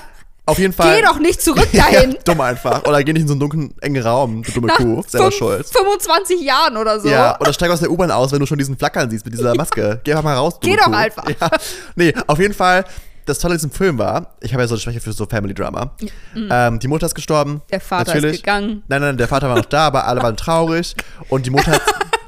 Speaker 1: Auf jeden Fall.
Speaker 2: Geh doch nicht zurück dahin.
Speaker 1: Ja, dumm einfach. Oder geh nicht in so einen dunklen, engen Raum, du dumme
Speaker 2: Nach
Speaker 1: Kuh. Selber
Speaker 2: fünf-
Speaker 1: schuld.
Speaker 2: 25 Jahren oder so.
Speaker 1: Ja, oder steig aus der U-Bahn aus, wenn du schon diesen Flackern siehst mit dieser Maske. Geh einfach mal raus. du
Speaker 2: Geh
Speaker 1: Kuh.
Speaker 2: doch einfach.
Speaker 1: Ja. Nee, auf jeden Fall, das Tolle an diesem Film war, ich habe ja so eine Schwäche für so Family-Drama. Ähm, die Mutter ist gestorben.
Speaker 2: Mhm. Der Vater ist
Speaker 1: natürlich.
Speaker 2: gegangen.
Speaker 1: Nein, nein, der Vater war noch da, aber alle waren traurig. Und die Mutter hat,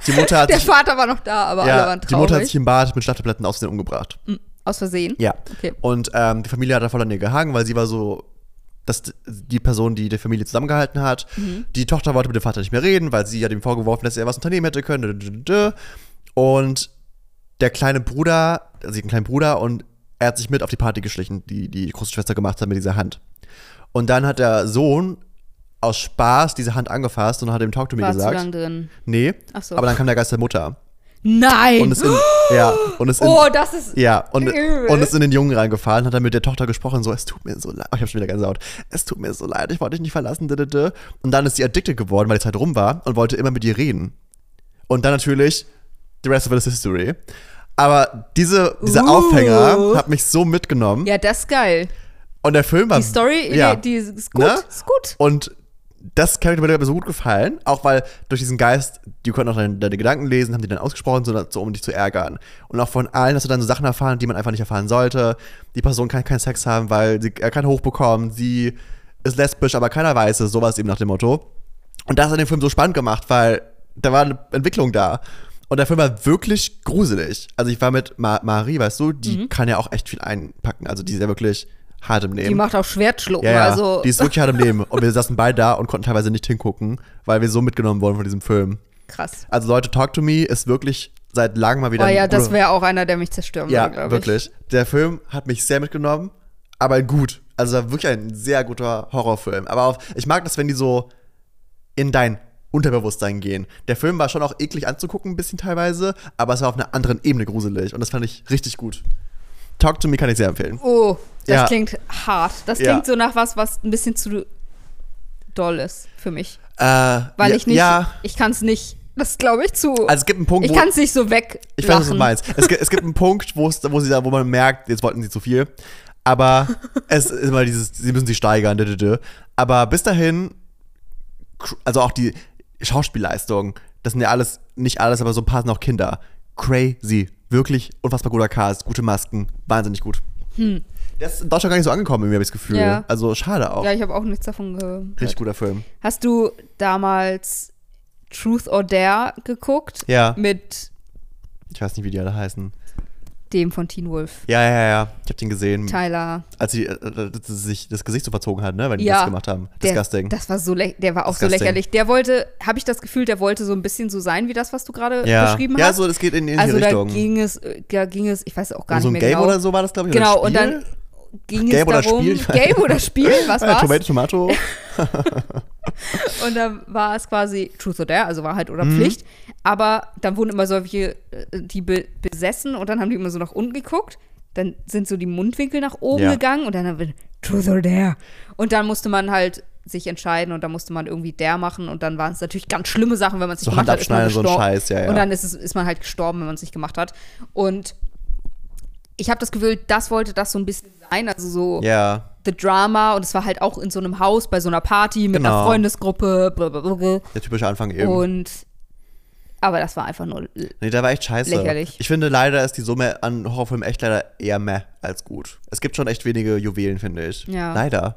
Speaker 1: die Mutter hat
Speaker 2: Der
Speaker 1: sich,
Speaker 2: Vater war noch da, aber alle
Speaker 1: Also ja,
Speaker 2: waren
Speaker 1: die Mutter hat
Speaker 2: traurig.
Speaker 1: sich im Bad mit Schlachteplatten aus Versehen umgebracht.
Speaker 2: Aus Versehen.
Speaker 1: Ja.
Speaker 2: Okay.
Speaker 1: Und ähm, die Familie hat da voll an ihr gehangen, weil sie war so das, die Person, die die Familie zusammengehalten hat.
Speaker 2: Mhm.
Speaker 1: Die Tochter wollte mit dem Vater nicht mehr reden, weil sie hat ihm vorgeworfen, dass er was unternehmen hätte können. dö, dö, dö, dö. Und der kleine Bruder, also sie hat einen kleinen Bruder und er hat sich mit auf die Party geschlichen, die die große Schwester gemacht hat mit dieser Hand. Und dann hat der Sohn aus Spaß diese Hand angefasst und hat dem Talk to me
Speaker 2: War zu
Speaker 1: gesagt.
Speaker 2: lang drin.
Speaker 1: Nee,
Speaker 2: Ach so.
Speaker 1: aber dann kam der Geist der Mutter.
Speaker 2: Nein.
Speaker 1: Und ist in, ja, und ist in,
Speaker 2: oh, das ist.
Speaker 1: ja, und,
Speaker 2: Übel.
Speaker 1: und ist in den Jungen reingefahren, hat dann mit der Tochter gesprochen, so, es tut mir so leid. Oh, ich hab schon wieder Gänsehaut. Es tut mir so leid, ich wollte dich nicht verlassen. dä, dä, dä. Und dann ist sie addicted geworden, weil die Zeit rum war und wollte immer mit ihr reden. Und dann natürlich, the rest of it is history. Aber diese, dieser
Speaker 2: Uh.
Speaker 1: Aufhänger hat mich so mitgenommen.
Speaker 2: Ja, das ist geil.
Speaker 1: Und der Film war.
Speaker 2: Die Story,
Speaker 1: ja.
Speaker 2: die, die ist gut.
Speaker 1: Ne?
Speaker 2: Ist gut.
Speaker 1: Und das Character Builder hat mir so gut gefallen, auch weil durch diesen Geist, die konnten auch deine, deine Gedanken lesen, haben die dann ausgesprochen, so, so um dich zu ärgern. Und auch von allen hast du dann so Sachen erfahren, die man einfach nicht erfahren sollte. Die Person kann keinen Sex haben, weil sie er kann hochbekommen, sie ist lesbisch, aber keiner weiß es, sowas eben nach dem Motto. Und das hat den Film so spannend gemacht, weil da war eine Entwicklung da. Und der Film war wirklich gruselig. Also ich war mit Ma Marie, weißt du, die
Speaker 2: Mhm.
Speaker 1: kann ja auch echt viel einpacken. Also die ist ja wirklich hart im Nehmen.
Speaker 2: Die macht auch Schwertschlucken.
Speaker 1: Ja, ja.
Speaker 2: Also,
Speaker 1: die ist wirklich hart im Leben. Und wir saßen beide da und konnten teilweise nicht hingucken, weil wir so mitgenommen wurden von diesem Film.
Speaker 2: krass.
Speaker 1: Also Leute, Talk to Me ist wirklich seit langem mal wieder.
Speaker 2: Oh
Speaker 1: ein
Speaker 2: ja,
Speaker 1: guter-
Speaker 2: das wäre auch einer, der mich zerstören würde,
Speaker 1: ja
Speaker 2: glaube ich.
Speaker 1: wirklich. Der Film hat mich sehr mitgenommen, aber gut. Also war wirklich ein sehr guter Horrorfilm. Aber auch, ich mag das, wenn die so in dein Unterbewusstsein gehen. Der Film war schon auch eklig anzugucken, ein bisschen teilweise, aber es war auf einer anderen Ebene gruselig und das fand ich richtig gut. Talk to Me kann ich sehr empfehlen.
Speaker 2: Oh, das
Speaker 1: Ja.
Speaker 2: klingt hart. Das
Speaker 1: Ja.
Speaker 2: klingt so nach was, was ein bisschen zu doll ist für mich.
Speaker 1: Äh,
Speaker 2: Weil
Speaker 1: ja,
Speaker 2: ich nicht,
Speaker 1: Ja,
Speaker 2: ich kann es nicht, das glaube ich zu,
Speaker 1: also es gibt einen Punkt,
Speaker 2: ich
Speaker 1: wo
Speaker 2: kann es nicht so weg
Speaker 1: Ich weiß, was du meinst. Es, gibt- es gibt einen Punkt, wo, es, wo, sie, da- wo man merkt, jetzt wollten sie zu viel. Aber es ist immer dieses, sie müssen sich steigern. dö, dö, dö. Aber bis dahin, cr- also auch die Schauspielleistung, das sind ja alles, nicht alles, aber so ein paar sind auch Kinder. Crazy. Wirklich unfassbar guter Cast, gute Masken, wahnsinnig gut. Das ist in Deutschland gar nicht so angekommen, irgendwie habe ich das Gefühl.
Speaker 2: Hm. Ja.
Speaker 1: Also schade auch.
Speaker 2: Ja, ich habe auch nichts davon gehört.
Speaker 1: Richtig guter Film.
Speaker 2: Hast du damals Truth or Dare geguckt?
Speaker 1: Ja.
Speaker 2: Mit
Speaker 1: Ich weiß nicht, wie die alle heißen.
Speaker 2: dem von Teen Wolf.
Speaker 1: Ja, ja, ja. Ich habe den gesehen.
Speaker 2: Tyler.
Speaker 1: als sie äh, äh, dass sie sich das Gesicht so verzogen hat, ne, wenn die
Speaker 2: Ja.
Speaker 1: das gemacht haben. Disgusting.
Speaker 2: Der, das war so lä- der war auch so
Speaker 1: Disgusting.
Speaker 2: lächerlich. Der wollte, habe ich das Gefühl, der wollte so ein bisschen so sein wie das, was du gerade
Speaker 1: ja.
Speaker 2: beschrieben
Speaker 1: ja,
Speaker 2: hast.
Speaker 1: so das geht in, in
Speaker 2: also
Speaker 1: die
Speaker 2: da
Speaker 1: Richtung. Um
Speaker 2: ging es, äh, da ging es, ich weiß auch gar
Speaker 1: so ein
Speaker 2: nicht mehr
Speaker 1: Game
Speaker 2: genau.
Speaker 1: oder so war das, glaube ich.
Speaker 2: Genau,
Speaker 1: oder ein
Speaker 2: und dann ging es
Speaker 1: Game oder
Speaker 2: darum,
Speaker 1: Spiel?
Speaker 2: Game oder Spiel, was
Speaker 1: Spiel? Äh, Tomato,
Speaker 2: war's?
Speaker 1: Tomato.
Speaker 2: Und dann war es quasi Truth or Dare, also Wahrheit
Speaker 1: Mhm.
Speaker 2: oder Pflicht. Aber dann wurden immer solche, äh, die be besessen und dann haben die immer so nach unten geguckt. Dann sind so die Mundwinkel nach oben
Speaker 1: Ja.
Speaker 2: gegangen und dann haben wir Truth or Dare. Und dann musste man halt sich entscheiden und dann musste man irgendwie der machen und dann waren es natürlich ganz schlimme Sachen, wenn man es nicht
Speaker 1: So
Speaker 2: gemacht hat. ist man
Speaker 1: Handabschneiden, so ein
Speaker 2: gestor-
Speaker 1: Scheiß, ja, ja.
Speaker 2: Und dann ist, es, ist man halt gestorben, wenn man es nicht gemacht hat. Und ich habe das Gefühl, das wollte das so ein bisschen sein, also so
Speaker 1: ja.
Speaker 2: The Drama und es war halt auch in so einem Haus bei so einer Party mit einer
Speaker 1: Genau.
Speaker 2: Freundesgruppe. Blablabla.
Speaker 1: Der typische Anfang eben.
Speaker 2: Und aber das war einfach nur.
Speaker 1: nee, da war echt scheiße.
Speaker 2: lächerlich.
Speaker 1: Ich finde leider ist die Summe an Horrorfilmen echt leider eher meh als gut. Es gibt schon echt wenige Juwelen, finde ich.
Speaker 2: Ja.
Speaker 1: Leider.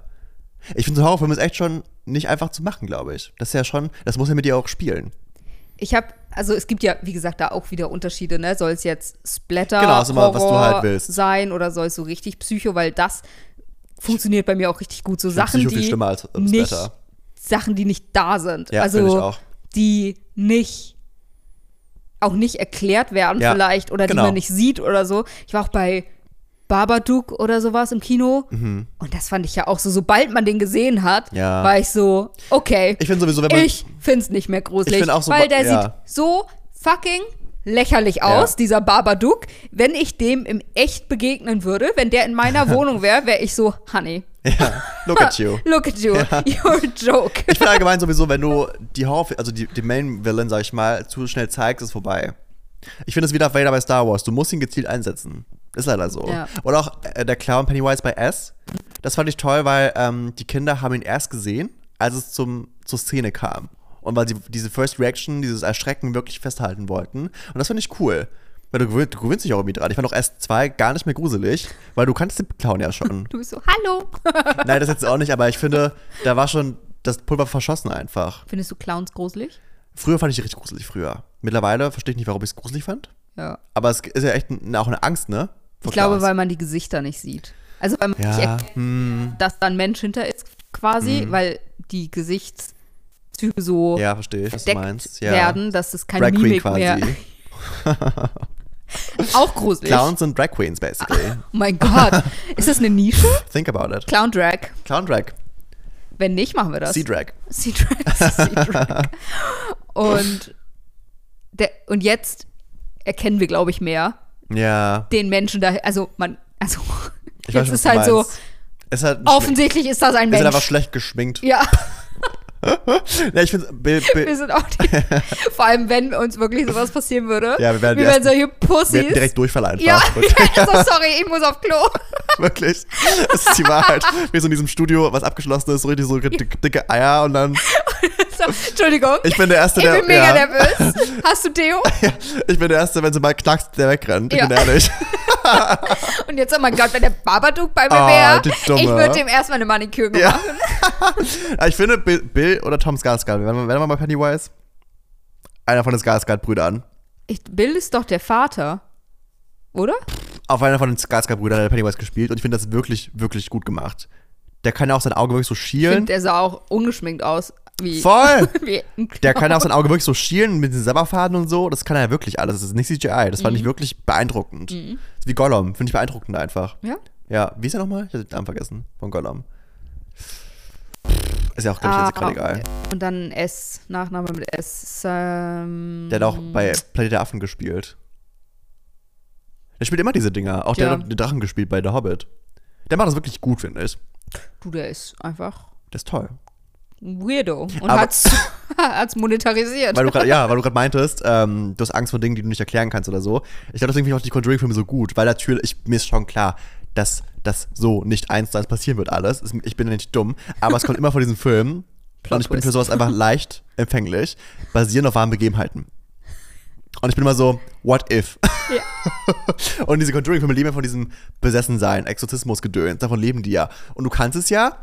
Speaker 1: Ich finde, so Horrorfilm ist echt schon nicht einfach zu machen, glaube ich. Das ist ja schon, das muss ja mit dir auch spielen.
Speaker 2: Ich habe, also es gibt ja, wie gesagt, da auch wieder Unterschiede, ne? Soll es jetzt Splatter
Speaker 1: Genau, ist immer, was du
Speaker 2: Horror
Speaker 1: halt willst.
Speaker 2: sein oder soll es so richtig Psycho, weil das funktioniert bei mir auch richtig gut. So
Speaker 1: find
Speaker 2: Sachen,
Speaker 1: Psycho viel
Speaker 2: die
Speaker 1: schlimmer als ähm, Splatter.
Speaker 2: nicht, Sachen, die nicht da sind.
Speaker 1: Ja,
Speaker 2: also
Speaker 1: find ich auch.
Speaker 2: die nicht auch nicht erklärt werden
Speaker 1: Ja,
Speaker 2: vielleicht oder
Speaker 1: genau.
Speaker 2: die man nicht sieht oder so. Ich war auch bei Babadook oder sowas im Kino und das fand ich ja auch so, sobald man den gesehen hat,
Speaker 1: Mhm. Ja.
Speaker 2: war ich so, okay,
Speaker 1: Ich finde sowieso, wenn man.
Speaker 2: ich find's nicht mehr
Speaker 1: Ich
Speaker 2: gruselig,
Speaker 1: find auch so-
Speaker 2: weil der
Speaker 1: ja.
Speaker 2: sieht so fucking lächerlich aus, dieser Babadook. Wenn ich dem im echt begegnen würde, wenn der in meiner Wohnung wäre, wäre ich so, honey,
Speaker 1: ja, look at you.
Speaker 2: look at you, you're a joke.
Speaker 1: Ich finde allgemein sowieso, wenn du die Haupt, also die, die Main Villain, sag ich mal, zu schnell zeigst, ist vorbei. Ich finde es wieder Vader bei Star Wars. Du musst ihn gezielt einsetzen. Ist leider so.
Speaker 2: Ja.
Speaker 1: Oder auch äh, der Clown Pennywise bei S. Das fand ich toll, weil ähm, die Kinder haben ihn erst gesehen, als es zum, zur Szene kam. Und weil sie diese First Reaction, dieses Erschrecken wirklich festhalten wollten. Und das finde ich cool. Weil du, gewöhn- du gewöhnst dich auch irgendwie dran. Ich fand auch S2 gar nicht mehr gruselig, weil du kannst den Clown ja schon.
Speaker 2: Du bist so, hallo.
Speaker 1: Nein, das jetzt auch nicht, aber ich finde, da war schon das Pulver verschossen einfach.
Speaker 2: Findest du Clowns gruselig?
Speaker 1: Früher fand ich die richtig gruselig, früher. Mittlerweile verstehe ich nicht, warum ich es gruselig fand.
Speaker 2: Ja.
Speaker 1: Aber es ist ja echt ein, auch eine Angst, ne? Vor
Speaker 2: Ich glaube,
Speaker 1: Clowns.
Speaker 2: weil man die Gesichter nicht sieht. Also weil man nicht
Speaker 1: Ja, hm, Mhm.
Speaker 2: erkennt, dass da ein Mensch hinter ist quasi, weil die Gesichtszüge so
Speaker 1: ja, verstehe ich, was du
Speaker 2: verdeckt
Speaker 1: meinst. Ja.
Speaker 2: werden, dass es keine
Speaker 1: Drag Queen
Speaker 2: Mimik
Speaker 1: quasi.
Speaker 2: mehr. Auch gruselig.
Speaker 1: Clowns sind Drag Queens, basically.
Speaker 2: Oh mein Gott. Ist das eine Nische?
Speaker 1: Think about it.
Speaker 2: Clown Drag.
Speaker 1: Clown Drag,
Speaker 2: Wenn nicht, machen wir das.
Speaker 1: Sea Drag.
Speaker 2: Sea Drag. Sea Drag. Und, der, und jetzt erkennen wir, glaube ich, mehr
Speaker 1: Ja.
Speaker 2: den Menschen da. Also man, also
Speaker 1: Ich
Speaker 2: jetzt
Speaker 1: schon,
Speaker 2: ist
Speaker 1: was du
Speaker 2: halt so,
Speaker 1: meinst. Es ist halt ein Schmi-
Speaker 2: offensichtlich ist das ein
Speaker 1: Wir sind einfach
Speaker 2: Mensch.
Speaker 1: schlecht geschminkt.
Speaker 2: Ja.
Speaker 1: Ja, ich finde, Bill,
Speaker 2: Wir
Speaker 1: Bill,
Speaker 2: sind auch die, vor allem wenn uns wirklich sowas passieren würde.
Speaker 1: Ja, wir wären die
Speaker 2: wir wären
Speaker 1: ersten-
Speaker 2: solche Pussys.
Speaker 1: wir hätten direkt Durchfall einfach.
Speaker 2: ja, wir wären so, sorry, ich muss auf Klo.
Speaker 1: Wirklich. Das ist die Wahrheit. Wir sind in diesem Studio, was abgeschlossen ist, so richtig so dick- dicke Eier und dann.
Speaker 2: So, Entschuldigung.
Speaker 1: Ich bin der Erste,
Speaker 2: Ich
Speaker 1: der.
Speaker 2: bin mega
Speaker 1: ja.
Speaker 2: nervös. Hast du Deo?
Speaker 1: Ja, ich bin der Erste, wenn sie mal knackst, der wegrennt. Ich
Speaker 2: Ja.
Speaker 1: bin ehrlich.
Speaker 2: Und jetzt, oh mein Gott, wenn der Babadook bei mir
Speaker 1: Ah, die
Speaker 2: wäre,
Speaker 1: Dumme.
Speaker 2: ich würde dem erstmal eine Maniküre
Speaker 1: Ja.
Speaker 2: machen.
Speaker 1: Aber ich finde, Bill, Bill oder Tom Skarsgård, wenn wir, wenn wir mal Pennywise, einer von den Skarsgård-Brüdern.
Speaker 2: Ich, Bill ist doch der Vater. Oder?
Speaker 1: Auf einer von den Skarsgård-Brüdern hat der Pennywise gespielt und ich finde das wirklich, wirklich gut gemacht. Der kann ja auch sein Auge wirklich so
Speaker 2: Ich
Speaker 1: schielen.
Speaker 2: finde, der sah auch ungeschminkt aus. Wie,
Speaker 1: Voll!
Speaker 2: wie ein
Speaker 1: Der kann ja auch sein Auge wirklich so schielen mit den Sabberfaden und so. Das kann er ja wirklich alles. Das ist nicht CGI. Das fand ich wirklich beeindruckend. Das ist wie Gollum. Finde ich beeindruckend einfach.
Speaker 2: Ja?
Speaker 1: Ja, wie ist er nochmal? Ich hatte den Namen vergessen. Von Gollum. Ist ja auch, glaube ich, jetzt gerade egal.
Speaker 2: Ah, Und dann S, Nachname mit S. Ähm,
Speaker 1: Der hat auch bei Planet der Affen gespielt. Der spielt immer diese Dinger. Auch der
Speaker 2: Ja.
Speaker 1: hat den Drachen gespielt bei The Hobbit. Der macht das wirklich gut, finde ich.
Speaker 2: du, der ist einfach
Speaker 1: Der ist toll.
Speaker 2: ein Weirdo. Und
Speaker 1: Aber-
Speaker 2: hat's, hat's monetarisiert.
Speaker 1: Weil du grad, ja, weil du gerade meintest, ähm, du hast Angst vor Dingen, die du nicht erklären kannst oder so. Ich glaube, deswegen finde ich auch die Conjuring-Filme so gut, weil natürlich, ich, mir ist schon klar, dass das so nicht eins zu eins passieren wird alles. Es- Ich bin ja nicht dumm, aber es kommt immer von diesen Filmen.
Speaker 2: Plot
Speaker 1: Und ich bin
Speaker 2: Twist.
Speaker 1: für sowas einfach leicht empfänglich, basierend auf wahren Begebenheiten. Und ich bin immer so, what if? Und diese Conjuring-Filme leben ja von diesem Besessensein, Exorzismus-Gedöns, davon leben die ja. Und du kannst es ja,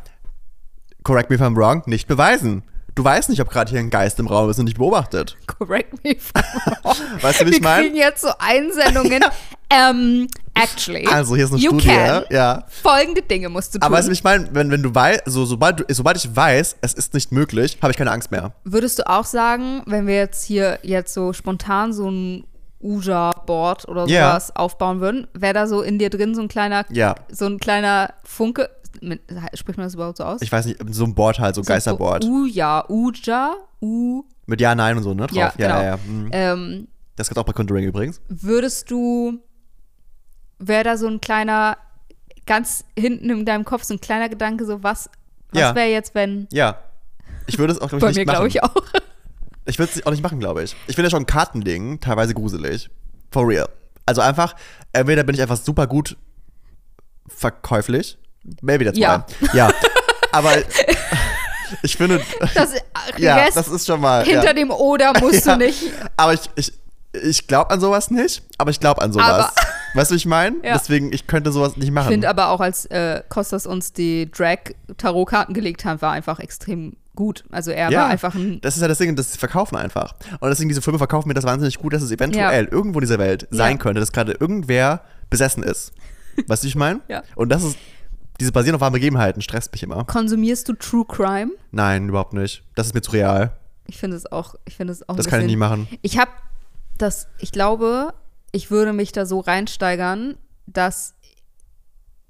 Speaker 1: correct me if I'm wrong, nicht beweisen. Du weißt nicht, ob gerade hier ein Geist im Raum ist und dich beobachtet.
Speaker 2: Correct me if I'm wrong.
Speaker 1: Weißt du, wie
Speaker 2: Wir
Speaker 1: ich meine?
Speaker 2: kriegen jetzt so Einsendungen. ähm, actually,
Speaker 1: Also, hier ist eine
Speaker 2: you
Speaker 1: Studie,
Speaker 2: can.
Speaker 1: ja.
Speaker 2: Folgende Dinge musst du tun.
Speaker 1: Aber weißt du, wie ich meine? Wenn, wenn du weißt, so, sobald, du, sobald ich weiß, es ist nicht möglich, habe ich keine Angst mehr.
Speaker 2: Würdest du auch sagen, wenn wir jetzt hier jetzt so spontan so ein Uja-Board oder
Speaker 1: Ja.
Speaker 2: sowas aufbauen würden, wäre da so in dir drin so ein kleiner,
Speaker 1: Ja.
Speaker 2: so ein kleiner Funke? Mit- Spricht man das überhaupt so aus?
Speaker 1: Ich weiß nicht, so ein Board halt, so ein Geisterboard.
Speaker 2: Uja, Uja, U.
Speaker 1: Mit Ja, Nein und so, ne? Drauf.
Speaker 2: Ja, genau.
Speaker 1: ja, mhm.
Speaker 2: Ähm,
Speaker 1: Das gibt's auch bei Conjuring übrigens.
Speaker 2: würdest du, wäre da so ein kleiner, ganz hinten in deinem Kopf so ein kleiner Gedanke, so was, was
Speaker 1: Ja.
Speaker 2: wäre jetzt, wenn,
Speaker 1: Ja. Ich würde es auch, glaube
Speaker 2: bei
Speaker 1: ich,
Speaker 2: mir
Speaker 1: nicht machen.
Speaker 2: glaube ich auch.
Speaker 1: Ich würde es auch nicht machen, glaube ich. Ich finde ja schon Kartenlegen teilweise gruselig. For real. Also einfach, entweder bin ich einfach super gut verkäuflich. Maybe that's
Speaker 2: Ja.
Speaker 1: why. Ja. Aber ich finde,
Speaker 2: Das äh,
Speaker 1: ja,
Speaker 2: Rest
Speaker 1: das ist schon mal.
Speaker 2: hinter
Speaker 1: ja.
Speaker 2: dem Oder musst
Speaker 1: Ja.
Speaker 2: du nicht.
Speaker 1: Aber ich, ich, ich glaube an sowas nicht, aber ich glaube an sowas.
Speaker 2: Aber-
Speaker 1: weißt du, wie ich meine?
Speaker 2: Ja.
Speaker 1: Deswegen, ich könnte sowas nicht
Speaker 2: Ich
Speaker 1: machen.
Speaker 2: finde aber auch, als äh, Kostas uns die Drag-Tarotkarten gelegt haben, war einfach extrem gut. Also er war einfach ein.
Speaker 1: Das ist ja das Ding, das verkaufen einfach. Und deswegen, diese Filme verkaufen mir das wahnsinnig gut, dass es eventuell irgendwo in dieser Welt sein
Speaker 2: Ja.
Speaker 1: könnte, dass gerade irgendwer besessen ist. Weißt du, wie ich meine?
Speaker 2: Ja.
Speaker 1: Und das ist, diese basieren auf wahren Begebenheiten, stresst mich immer.
Speaker 2: Konsumierst du True Crime?
Speaker 1: Nein, überhaupt nicht. Das ist mir zu real.
Speaker 2: Ich finde es auch. Ich finde es auch. ein
Speaker 1: Das kann ich nicht
Speaker 2: bisschen-
Speaker 1: machen.
Speaker 2: Ich habe dass ich glaube, ich würde mich da so reinsteigern, dass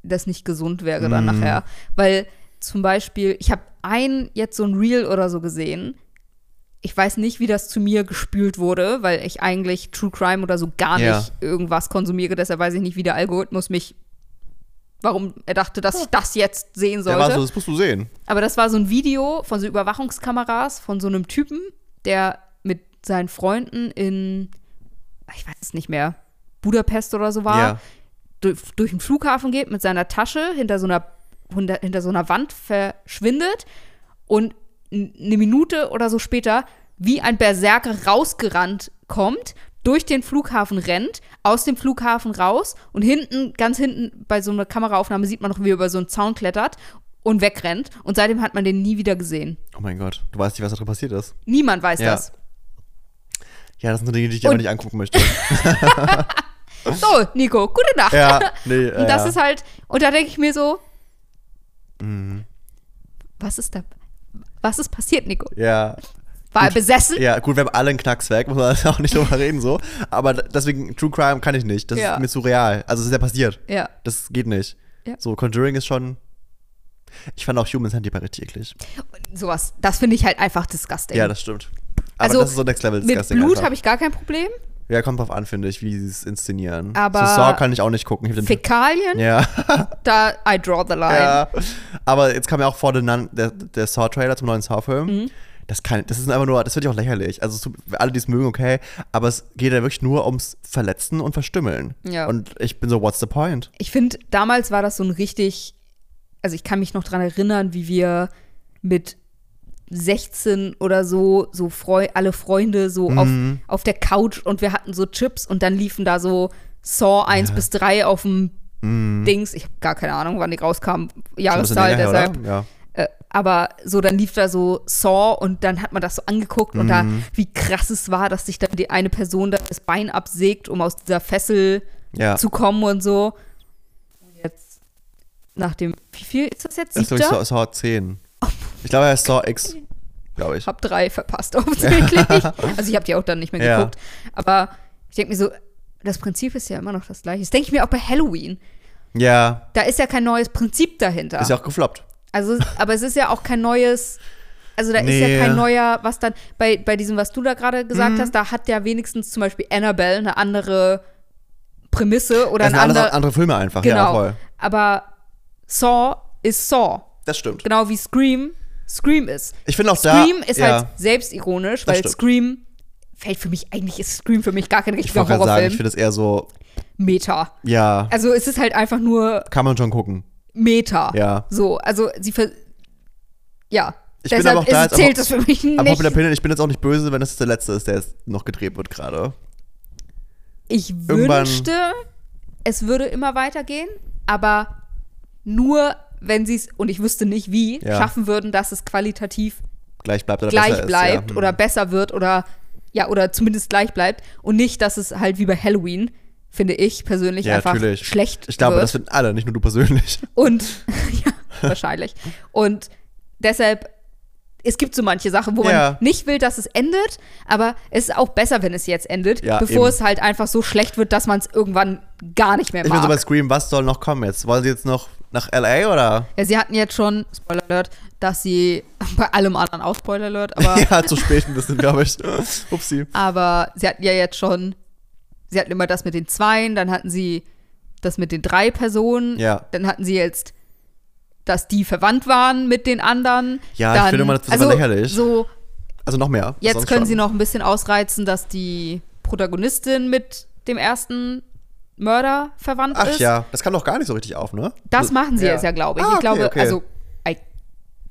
Speaker 2: das nicht gesund wäre dann
Speaker 1: Mhm.
Speaker 2: nachher. Weil zum Beispiel, ich habe ein jetzt so ein Reel oder so gesehen. Ich weiß nicht, wie das zu mir gespült wurde, weil ich eigentlich True Crime oder so gar
Speaker 1: Ja.
Speaker 2: nicht irgendwas konsumiere. Deshalb weiß ich nicht, wie der Algorithmus mich, warum er dachte, dass ich das jetzt sehen
Speaker 1: Der
Speaker 2: sollte.
Speaker 1: war so, das musst du sehen.
Speaker 2: Aber das war so ein Video von so Überwachungskameras von so einem Typen, der mit seinen Freunden in, ich weiß es nicht mehr, Budapest oder so war,
Speaker 1: Ja.
Speaker 2: durch, durch den Flughafen geht mit seiner Tasche, hinter so einer, hinter, hinter so einer Wand verschwindet und n- eine Minute oder so später wie ein Berserker rausgerannt kommt, durch den Flughafen rennt, aus dem Flughafen raus und hinten, ganz hinten bei so einer Kameraaufnahme sieht man noch, wie er über so einen Zaun klettert und wegrennt. Und seitdem hat man den nie wieder gesehen.
Speaker 1: Oh mein Gott, du weißt nicht, was da drin passiert ist.
Speaker 2: Niemand weiß
Speaker 1: Ja.
Speaker 2: das.
Speaker 1: Ja, das sind so Dinge, die ich einfach
Speaker 2: Und-
Speaker 1: nicht angucken möchte.
Speaker 2: So, Nico, gute Nacht.
Speaker 1: ja, nee.
Speaker 2: Und
Speaker 1: Äh,
Speaker 2: das
Speaker 1: ja.
Speaker 2: ist halt, und da denke ich mir so,
Speaker 1: Mhm.
Speaker 2: was ist da, was ist passiert, Nico?
Speaker 1: ja,
Speaker 2: War er besessen?
Speaker 1: ja, gut, wir haben alle einen Knacks weg, muss man auch nicht drüber reden so. Aber d- deswegen, True Crime kann ich nicht. Das
Speaker 2: Ja.
Speaker 1: ist mir zu real. Also, es ist ja passiert.
Speaker 2: Ja.
Speaker 1: Das geht nicht.
Speaker 2: Ja.
Speaker 1: So, Conjuring ist schon. Ich fand auch Humans Handyball richtig eklig.
Speaker 2: Sowas, das finde ich halt einfach disgusting.
Speaker 1: Ja, das stimmt. Aber
Speaker 2: Also,
Speaker 1: das ist so Next Level
Speaker 2: Mit
Speaker 1: Disgusting.
Speaker 2: Blut
Speaker 1: einfach.
Speaker 2: habe ich gar kein Problem.
Speaker 1: Ja, kommt drauf an, finde ich, wie sie es inszenieren.
Speaker 2: Aber-
Speaker 1: so Saw kann ich auch nicht gucken. Ich hab den-
Speaker 2: Fäkalien,
Speaker 1: ja.
Speaker 2: da I draw the line.
Speaker 1: ja. Aber jetzt kam ja auch vor den, Nun- der, der Saw-Trailer zum neuen Saw-Film.
Speaker 2: Mhm.
Speaker 1: Das kann, das ist einfach nur, das finde ich auch lächerlich. Also es tut- für alle, die es mögen, okay, aber es geht ja wirklich nur ums Verletzen und Verstümmeln.
Speaker 2: Ja.
Speaker 1: Und ich bin so, what's the point?
Speaker 2: Ich finde, damals war das so ein richtig, also ich kann mich noch dran erinnern, wie wir mit 16 oder so, so Freu alle Freunde so
Speaker 1: Mhm.
Speaker 2: auf, auf der Couch und wir hatten so Chips und dann liefen da so Saw 1 bis 3 auf dem
Speaker 1: Mhm.
Speaker 2: Dings. Ich habe gar keine Ahnung, wann die rauskamen.
Speaker 1: Schon ein bisschen
Speaker 2: Jahreszahl,
Speaker 1: länger her,
Speaker 2: deshalb.
Speaker 1: oder? Ja.
Speaker 2: Äh, aber so, dann lief da so Saw und dann hat man das so angeguckt und da,
Speaker 1: Mhm.
Speaker 2: wie krass es war, dass sich dann die eine Person da das Bein absägt, um aus dieser Fessel
Speaker 1: Ja.
Speaker 2: zu kommen und so. Und jetzt, nach dem, wie viel ist das jetzt?
Speaker 1: Das ist wirklich
Speaker 2: Siebter?
Speaker 1: Saw, Saw 10. Ich glaube, er ist Saw X, glaube ich.
Speaker 2: Ich habe drei verpasst, offensichtlich. also ich habe die auch dann nicht mehr
Speaker 1: Ja.
Speaker 2: geguckt. Aber ich denke mir so, das Prinzip ist ja immer noch das gleiche. Das denke ich mir auch bei Halloween.
Speaker 1: Ja,
Speaker 2: Da ist ja kein neues Prinzip dahinter.
Speaker 1: ist ja auch gefloppt.
Speaker 2: Also, aber es ist ja auch kein neues. Also da ist
Speaker 1: Nee. Mhm.
Speaker 2: ja kein neuer, was dann bei, bei diesem, was du da gerade gesagt hast, da hat ja wenigstens zum Beispiel Annabelle eine andere Prämisse oder
Speaker 1: Das sind
Speaker 2: eine
Speaker 1: alles
Speaker 2: andere.
Speaker 1: andere Filme einfach. Ja,
Speaker 2: Genau.
Speaker 1: voll.
Speaker 2: aber Saw ist Saw,
Speaker 1: Das stimmt.
Speaker 2: genau wie Scream Scream ist.
Speaker 1: Ich finde auch da.
Speaker 2: Scream ist
Speaker 1: ja.
Speaker 2: halt selbstironisch,
Speaker 1: Das
Speaker 2: weil
Speaker 1: stimmt.
Speaker 2: Scream fällt für mich eigentlich ist Scream für mich gar kein
Speaker 1: Ich
Speaker 2: richtiger
Speaker 1: wollte gerade sagen, ich
Speaker 2: Horrorfilm.
Speaker 1: finde es eher so,
Speaker 2: Meta.
Speaker 1: ja,
Speaker 2: Also es ist halt einfach nur
Speaker 1: kann man schon gucken.
Speaker 2: Meta.
Speaker 1: Ja.
Speaker 2: So, also sie ver ja.
Speaker 1: Ich bin
Speaker 2: Deshalb
Speaker 1: aber auch da jetzt
Speaker 2: ist,
Speaker 1: am
Speaker 2: zählt
Speaker 1: Ho-
Speaker 2: es für mich
Speaker 1: Aber Popular
Speaker 2: nicht.
Speaker 1: Opinion, ich bin jetzt auch nicht böse, wenn das jetzt der letzte ist, der jetzt noch gedreht wird gerade.
Speaker 2: Ich
Speaker 1: Irgendwann-
Speaker 2: wünschte, es würde immer weitergehen, aber nur wenn sie es, und ich wüsste nicht wie,
Speaker 1: Ja.
Speaker 2: schaffen würden, dass es qualitativ
Speaker 1: Gleich bleibt oder besser
Speaker 2: gleich
Speaker 1: ist,
Speaker 2: bleibt
Speaker 1: ja. Hm.
Speaker 2: oder besser wird oder ja, oder zumindest gleich bleibt und nicht, dass es halt wie bei Halloween, finde ich persönlich
Speaker 1: ja,
Speaker 2: einfach
Speaker 1: natürlich.
Speaker 2: schlecht
Speaker 1: Ich glaube,
Speaker 2: wird.
Speaker 1: das finden alle, nicht nur du persönlich.
Speaker 2: Und ja, wahrscheinlich. Und deshalb, es gibt so manche Sachen, wo
Speaker 1: Ja.
Speaker 2: man nicht will, dass es endet, aber es ist auch besser, wenn es jetzt endet,
Speaker 1: Ja,
Speaker 2: bevor
Speaker 1: eben.
Speaker 2: es halt einfach so schlecht wird, dass man es irgendwann gar nicht mehr
Speaker 1: Ich bin so bei
Speaker 2: mag.
Speaker 1: Scream, was soll noch kommen jetzt? Wollen sie jetzt noch nach L.A. oder?
Speaker 2: Ja, sie hatten jetzt schon, Spoiler Alert, dass sie bei allem anderen auch Spoiler Alert, aber,
Speaker 1: ja, zu spät ein bisschen, glaube ich. Upsi.
Speaker 2: aber sie hatten ja jetzt schon, sie hatten immer das mit den Zweien, dann hatten sie das mit den drei Personen,
Speaker 1: Ja.
Speaker 2: dann hatten sie jetzt, dass die verwandt waren mit den anderen.
Speaker 1: Ja, ich
Speaker 2: dann,
Speaker 1: finde immer, das ist immer
Speaker 2: also,
Speaker 1: lächerlich.
Speaker 2: So,
Speaker 1: Also noch mehr.
Speaker 2: Jetzt
Speaker 1: sonst
Speaker 2: können
Speaker 1: schon.
Speaker 2: sie noch ein bisschen ausreizen, dass die Protagonistin mit dem ersten Mörder verwandt
Speaker 1: Ach
Speaker 2: ist.
Speaker 1: ja, das kam doch gar nicht so richtig auf, ne?
Speaker 2: Das machen sie
Speaker 1: ja.
Speaker 2: jetzt ja, glaube ich.
Speaker 1: Ah,
Speaker 2: ich glaube,
Speaker 1: okay, okay.
Speaker 2: also I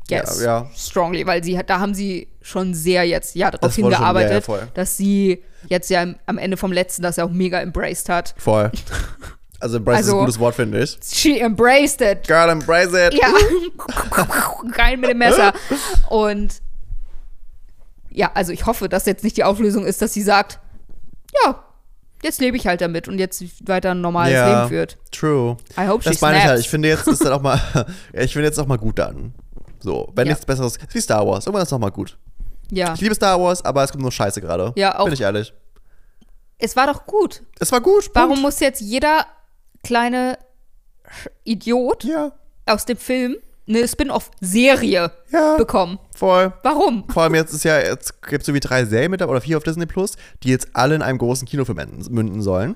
Speaker 2: guess
Speaker 1: Ja, ja.
Speaker 2: strongly, weil sie hat- da haben sie schon sehr jetzt ja darauf
Speaker 1: Das wurde schon- ja, ja,
Speaker 2: hingearbeitet,
Speaker 1: voll.
Speaker 2: dass sie jetzt ja im, am Ende vom letzten das ja auch mega embraced hat.
Speaker 1: Voll. Also Embrace ist
Speaker 2: Also-
Speaker 1: ein gutes Wort, finde ich.
Speaker 2: She embraced it.
Speaker 1: Girl, embrace it.
Speaker 2: Ja. Rein mit dem Messer. Und ja, also ich hoffe, dass jetzt nicht die Auflösung ist, dass sie sagt, ja, jetzt lebe ich halt damit und jetzt weiter ein normales
Speaker 1: Ja.
Speaker 2: Leben führt.
Speaker 1: True.
Speaker 2: I hope she
Speaker 1: das meine ich
Speaker 2: snaps.
Speaker 1: halt. Ich finde jetzt ist dann auch mal, ich finde jetzt auch mal gut an. So, wenn
Speaker 2: Ja.
Speaker 1: nichts Besseres, ist wie Star Wars. Irgendwann ist es auch mal gut.
Speaker 2: Ja.
Speaker 1: Ich liebe Star Wars, aber es kommt nur Scheiße gerade.
Speaker 2: Ja, auch-
Speaker 1: Bin ich ehrlich.
Speaker 2: Es war doch gut.
Speaker 1: Es war gut. Punkt.
Speaker 2: Warum muss jetzt jeder kleine Idiot
Speaker 1: Ja,
Speaker 2: aus dem Film eine Spin-off-Serie
Speaker 1: ja.
Speaker 2: bekommen?
Speaker 1: Voll.
Speaker 2: Warum?
Speaker 1: Vor allem jetzt ist ja, jetzt gibt es so wie drei Serien mit oder vier auf Disney Plus, die jetzt alle in einem großen Kinofilm enden- münden sollen.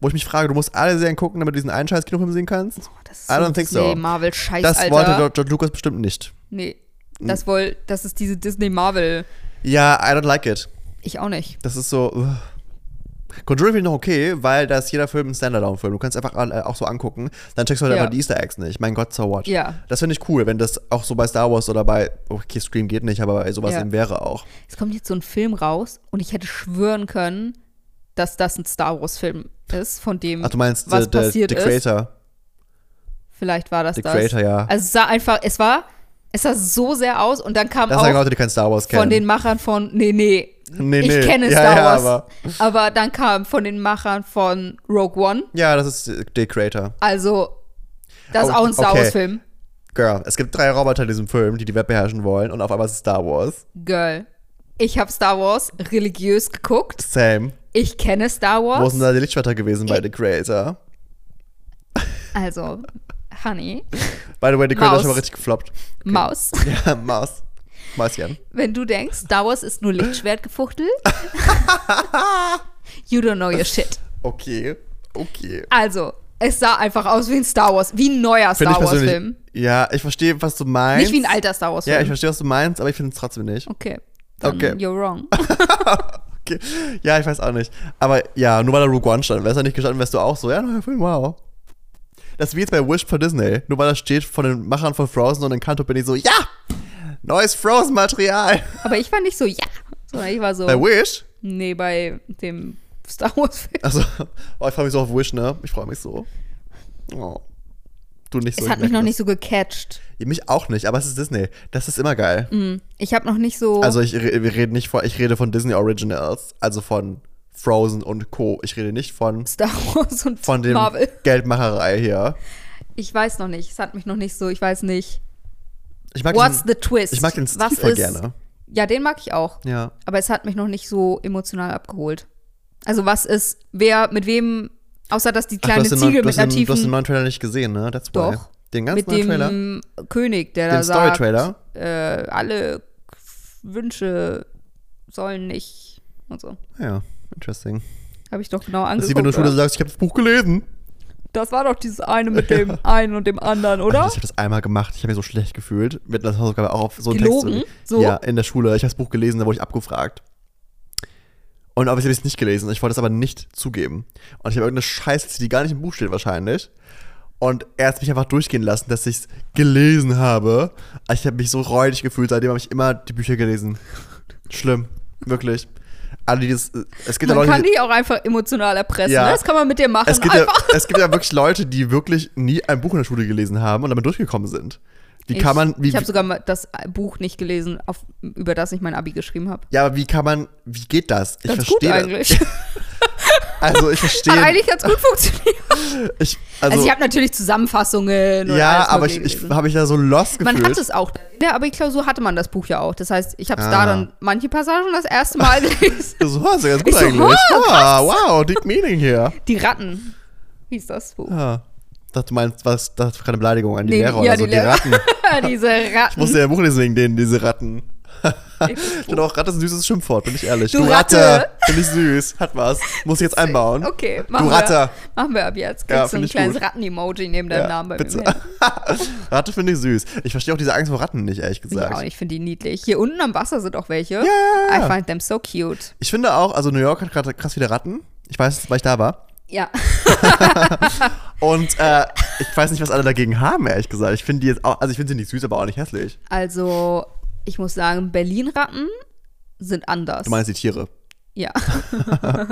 Speaker 1: Wo ich mich frage, du musst alle Serien gucken, damit du diesen einen scheiß Kinofilm sehen kannst.
Speaker 2: Oh, Das ist
Speaker 1: I don't think so.
Speaker 2: Marvel-Scheiß,
Speaker 1: Das
Speaker 2: Alter.
Speaker 1: wollte Hm. George- George Lucas bestimmt nicht.
Speaker 2: Nee, das, wohl, das ist diese Disney-Marvel.
Speaker 1: Ja, I don't like it.
Speaker 2: Ich auch nicht.
Speaker 1: Das ist so. ugh. Conjuring finde ich noch okay, weil da ist jeder Film ein Standalone-Film. Du kannst einfach alle auch so angucken. Dann checkst du halt
Speaker 2: Ja.
Speaker 1: einfach die Easter Eggs nicht. Mein Gott, so what?
Speaker 2: Ja.
Speaker 1: Das finde ich cool, wenn das auch so bei Star Wars oder bei. Okay, Scream geht nicht, aber bei sowas
Speaker 2: Ja.
Speaker 1: eben wäre auch.
Speaker 2: Es kommt jetzt so ein Film raus und ich hätte schwören können, dass das ein Star Wars-Film ist, von dem
Speaker 1: Ach, du meinst
Speaker 2: was
Speaker 1: äh, der,
Speaker 2: passiert
Speaker 1: der
Speaker 2: ist.
Speaker 1: Creator.
Speaker 2: Vielleicht war das
Speaker 1: The
Speaker 2: das.
Speaker 1: Creator, ja.
Speaker 2: Also es sah einfach, es war, es sah so sehr aus und dann kam
Speaker 1: Das sagen
Speaker 2: auch
Speaker 1: Leute, die kein Star Wars kennen.
Speaker 2: von den Machern von, nee, nee,
Speaker 1: Nee,
Speaker 2: ich
Speaker 1: nee.
Speaker 2: kenne
Speaker 1: Ja,
Speaker 2: Star
Speaker 1: ja,
Speaker 2: Wars.
Speaker 1: aber-
Speaker 2: aber, dann kam von den Machern von Rogue One,
Speaker 1: ja, das ist äh, der Creator.
Speaker 2: also das ist
Speaker 1: Oh,
Speaker 2: auch ein Star
Speaker 1: okay.
Speaker 2: Wars-Film.
Speaker 1: Girl, es gibt drei Roboter in diesem Film, die die Welt beherrschen wollen und auf einmal ist es Star Wars.
Speaker 2: Girl. Ich habe Star Wars religiös geguckt.
Speaker 1: Same.
Speaker 2: Ich kenne Star
Speaker 1: Wo sind
Speaker 2: Wars.
Speaker 1: da die Lichtschwerter gewesen bei The Creator?
Speaker 2: Also, Honey,
Speaker 1: By the way, The Creator
Speaker 2: Maus.
Speaker 1: ist schon mal richtig gefloppt.
Speaker 2: Maus.
Speaker 1: Ja, Maus. Mäuschen.
Speaker 2: Wenn du denkst, Star Wars ist nur Lichtschwertgefuchtel. you don't know your shit.
Speaker 1: Okay. Okay.
Speaker 2: Also, es sah einfach aus wie ein Star Wars, wie ein neuer
Speaker 1: Finde
Speaker 2: Star Wars-Film.
Speaker 1: Ja, ich verstehe, was du meinst.
Speaker 2: Nicht wie ein alter Star
Speaker 1: Ja, ich
Speaker 2: Wars-Film.
Speaker 1: verstehe, was du meinst, aber ich finde es trotzdem nicht.
Speaker 2: okay. Dann
Speaker 1: Okay.
Speaker 2: You're wrong.
Speaker 1: Okay. Ja, ich weiß auch nicht. Aber ja, nur weil da Rogue One stand. Wärst du nicht gestanden, wärst du auch so, ja, neuer Film, wow. Das ist wie jetzt bei Wish for Disney. Nur weil das steht von den Machern von Frozen und Encanto bin ich so, ja! Neues Frozen-Material!
Speaker 2: Aber ich war nicht so, ja. Sondern ich war so,
Speaker 1: Bei Wish?
Speaker 2: nee, bei dem Star Wars-Film.
Speaker 1: Also, oh, ich freue mich so auf Wish, ne? Ich freue mich so. Oh. Du nicht so.
Speaker 2: Es hat
Speaker 1: ich
Speaker 2: mich
Speaker 1: merke
Speaker 2: noch
Speaker 1: das.
Speaker 2: nicht so gecatcht.
Speaker 1: Ja, Mich auch nicht, aber es ist Disney. Das ist immer geil.
Speaker 2: Hm. Ich habe noch nicht so.
Speaker 1: Also ich, re- wir reden nicht von, ich rede von Disney Originals, also von Frozen und Co. Ich rede nicht von,
Speaker 2: Star Wars und
Speaker 1: von dem
Speaker 2: Marvel.
Speaker 1: Geldmacherei hier.
Speaker 2: Ich weiß noch nicht. Es hat mich noch nicht so. Ich weiß nicht.
Speaker 1: Ich mag,
Speaker 2: What's
Speaker 1: diesen,
Speaker 2: the twist?
Speaker 1: ich mag den Stil
Speaker 2: Was
Speaker 1: voll
Speaker 2: ist-
Speaker 1: gerne.
Speaker 2: Ja, den mag ich auch.
Speaker 1: Ja.
Speaker 2: Aber es hat mich noch nicht so emotional abgeholt. Also was ist, wer mit wem, außer dass die kleine
Speaker 1: Ach, du hast den
Speaker 2: Ziege
Speaker 1: neuen- du
Speaker 2: mit
Speaker 1: hast
Speaker 2: einer
Speaker 1: den- Du hast den
Speaker 2: tiefen,
Speaker 1: neuen Trailer nicht gesehen, ne? That's why.
Speaker 2: Doch.
Speaker 1: Den ganz
Speaker 2: mit
Speaker 1: neuen
Speaker 2: dem
Speaker 1: Trailer.
Speaker 2: König, der da
Speaker 1: Den
Speaker 2: sagt,
Speaker 1: Story-Trailer.
Speaker 2: äh, alle Wünsche sollen nicht und so.
Speaker 1: Ah Ja, interesting.
Speaker 2: Habe ich doch genau
Speaker 1: Das ist
Speaker 2: angeguckt.
Speaker 1: wie wenn du in der Schule
Speaker 2: oder?
Speaker 1: sagst, ich habe das Buch gelesen.
Speaker 2: das war doch dieses eine mit dem einen und dem anderen, oder?
Speaker 1: Also ich habe das einmal gemacht, ich habe mich so schlecht gefühlt. Wir hatten das Hausaufgabe auch auf so einen
Speaker 2: Gelogen?
Speaker 1: Text.
Speaker 2: So?
Speaker 1: Ja, in der Schule. Ich habe das Buch gelesen, da wurde ich abgefragt. Und aber ich habe es nicht gelesen. Ich wollte es aber nicht zugeben. Und ich habe irgendeine Scheiße, die gar nicht im Buch steht wahrscheinlich. Und er hat mich einfach durchgehen lassen, dass ich es gelesen habe. Ich habe mich so räudig gefühlt, seitdem habe ich immer die Bücher gelesen. Schlimm, wirklich. Alle, die das, es gibt ja
Speaker 2: Man
Speaker 1: Leute,
Speaker 2: kann die auch einfach emotional erpressen.
Speaker 1: Ja.
Speaker 2: ne? Das kann man mit dir machen.
Speaker 1: es gibt, ja,
Speaker 2: einfach.
Speaker 1: es gibt ja wirklich Leute, die wirklich nie ein Buch in der Schule gelesen haben und damit durchgekommen sind. Wie
Speaker 2: ich
Speaker 1: kann man, wie,
Speaker 2: ich habe sogar mal das Buch nicht gelesen, auf, über das ich mein Abi geschrieben habe.
Speaker 1: ja, aber wie kann man, wie geht das? Ich
Speaker 2: Ganz gut
Speaker 1: verstehe das.
Speaker 2: eigentlich. Hat
Speaker 1: Also ich verstehe,
Speaker 2: eigentlich ganz gut funktioniert.
Speaker 1: ich,
Speaker 2: Also,
Speaker 1: also,
Speaker 2: ich habe natürlich Zusammenfassungen und
Speaker 1: ja,
Speaker 2: alles
Speaker 1: aber ich,
Speaker 2: Mögliche
Speaker 1: ich
Speaker 2: gelesen.
Speaker 1: habe mich da so lost gefühlt.
Speaker 2: man hat es auch. In der Abi-Klausur hatte man das Buch ja auch. Das heißt, ich habe es
Speaker 1: Ah.
Speaker 2: da dann manche Passagen das erste Mal gelesen.
Speaker 1: so, das ist ja ganz gut
Speaker 2: Ich so,
Speaker 1: eigentlich. ah, wow, deep meaning hier.
Speaker 2: Die Ratten. Wie ist das Buch?
Speaker 1: Ah, dachte, du meinst, was, das war keine Beleidigung an die
Speaker 2: Nee,
Speaker 1: Lehrer
Speaker 2: ja,
Speaker 1: oder
Speaker 2: die
Speaker 1: so, also die,
Speaker 2: Lehrer.
Speaker 1: Ratten.
Speaker 2: Diese
Speaker 1: Ich
Speaker 2: Ratten.
Speaker 1: musste ja ein Buch lesen wegen denen, diese Ratten. Ich finde auch Ratte ist ein süßes Schimpfwort, bin ich ehrlich.
Speaker 2: Du Ratte.
Speaker 1: Finde ich süß, hat was. Muss ich jetzt einbauen.
Speaker 2: Okay, machen
Speaker 1: Du Ratte.
Speaker 2: wir. Machen wir ab jetzt.
Speaker 1: Ja,
Speaker 2: Kriegst du
Speaker 1: find
Speaker 2: ein
Speaker 1: ich
Speaker 2: kleines
Speaker 1: gut.
Speaker 2: Ratten-Emoji neben deinem
Speaker 1: Ja,
Speaker 2: Namen bei
Speaker 1: bitte.
Speaker 2: mir. im Handy.
Speaker 1: Ratte finde ich süß. Ich verstehe auch diese Angst vor Ratten nicht, ehrlich
Speaker 2: Ich
Speaker 1: gesagt.
Speaker 2: auch, ich finde die niedlich. Hier unten am Wasser sind auch welche.
Speaker 1: ja, ja.
Speaker 2: I find them so cute.
Speaker 1: Ich finde auch, also New York hat gerade krass viele Ratten. Ich weiß, weil ich da war.
Speaker 2: Ja.
Speaker 1: Und äh, ich weiß nicht, was alle dagegen haben, ehrlich gesagt. Ich finde die jetzt auch, also ich finde sie nicht süß, aber auch nicht hässlich.
Speaker 2: Also, ich muss sagen, Berlin-Ratten sind anders.
Speaker 1: Du meinst, die Tiere
Speaker 2: ja.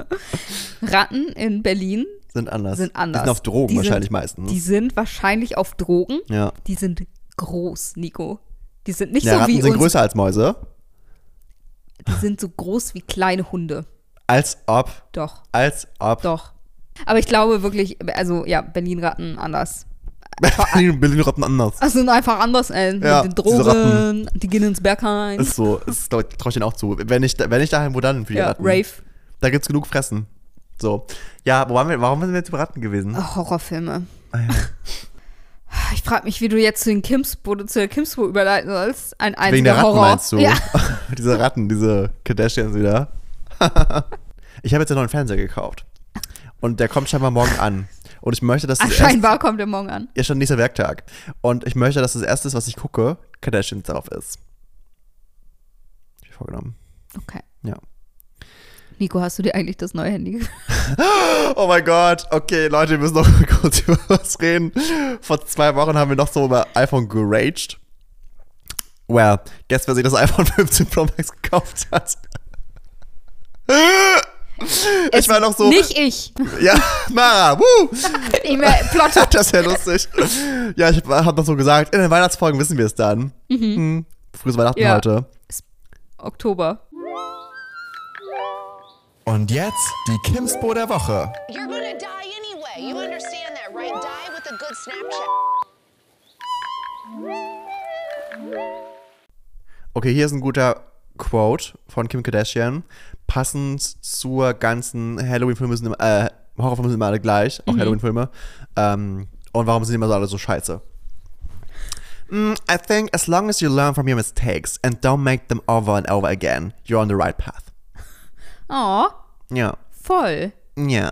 Speaker 2: Ratten in Berlin,
Speaker 1: sind anders.
Speaker 2: Sind anders.
Speaker 1: Die sind auf Drogen
Speaker 2: Die sind-
Speaker 1: wahrscheinlich meistens.
Speaker 2: die sind wahrscheinlich auf Drogen.
Speaker 1: ja.
Speaker 2: Die sind groß, Nico. Die sind nicht
Speaker 1: ja,
Speaker 2: so
Speaker 1: Ratten
Speaker 2: wie
Speaker 1: sind
Speaker 2: uns.
Speaker 1: größer als Mäuse.
Speaker 2: Die sind so groß wie kleine Hunde.
Speaker 1: Als ob.
Speaker 2: Doch,
Speaker 1: Als ob.
Speaker 2: doch. Aber ich glaube wirklich, also ja, Berlin-Ratten anders.
Speaker 1: Berlin, Berlin Ratten anders.
Speaker 2: Das sind einfach anders, ey.
Speaker 1: Ja,
Speaker 2: Mit den
Speaker 1: diese Ratten.
Speaker 2: Drogen, die gehen ins Berghain.
Speaker 1: Ist so, ist, traue ich denen auch zu. Wenn ich, da- wenn ich daheim, wo dann für die
Speaker 2: Ja,
Speaker 1: Ratten?
Speaker 2: Rave.
Speaker 1: Da gibt's genug Fressen. So. Ja, wo waren wir, warum sind wir jetzt über Ratten gewesen?
Speaker 2: Oh, Horrorfilme.
Speaker 1: Ah, ja.
Speaker 2: Ich frage mich, wie du jetzt zu den Kimsbo, zu der Kimsbo überleiten sollst. Ein einziger
Speaker 1: Wegen der Ratten
Speaker 2: Horror.
Speaker 1: meinst du?
Speaker 2: Ja.
Speaker 1: diese Ratten, diese Kardashians wieder. ich habe jetzt einen neuen Fernseher gekauft. Und der kommt scheinbar morgen an. Und ich möchte, dass
Speaker 2: Ah,
Speaker 1: das erste-
Speaker 2: Scheinbar kommt der morgen an.
Speaker 1: ja schon nächster Werktag. Und ich möchte, dass das erste, was ich gucke, Kardashians drauf ist. Hab ich vorgenommen.
Speaker 2: Okay.
Speaker 1: Ja.
Speaker 2: Nico, hast du dir eigentlich das neue Handy gekauft?
Speaker 1: Oh mein Gott, okay, Leute, wir müssen noch kurz über was reden. Vor zwei Wochen haben wir noch so über iPhone geraged. Well, guess, wer sich das iPhone 15 Pro Max gekauft hat. Ich war noch so,
Speaker 2: Nicht ich.
Speaker 1: ja, Mara, wuh,
Speaker 2: Ich mehr Plotter.
Speaker 1: das ist ja lustig. Ja, ich hab noch so gesagt, in den Weihnachtsfolgen wissen wir es dann. Hm, frühes Weihnachten
Speaker 2: Ja.
Speaker 1: heute.
Speaker 2: Oktober.
Speaker 4: Und jetzt die Kimsbo der Woche.
Speaker 5: You're gonna die anyway. You understand that, right? Die with a good Snapchat.
Speaker 1: Okay, hier ist ein guter Quote von Kim Kardashian, passend zur ganzen Halloween-Filme sind immer, äh, Horrorfilme sind immer alle gleich, auch Halloween-Filme. Ähm, und warum sind die immer so alle so scheiße? Mm, I think as long as you learn from your mistakes and don't make them over and over again, you're on the right path.
Speaker 2: Oh,
Speaker 1: Ja,
Speaker 2: voll.
Speaker 1: ja,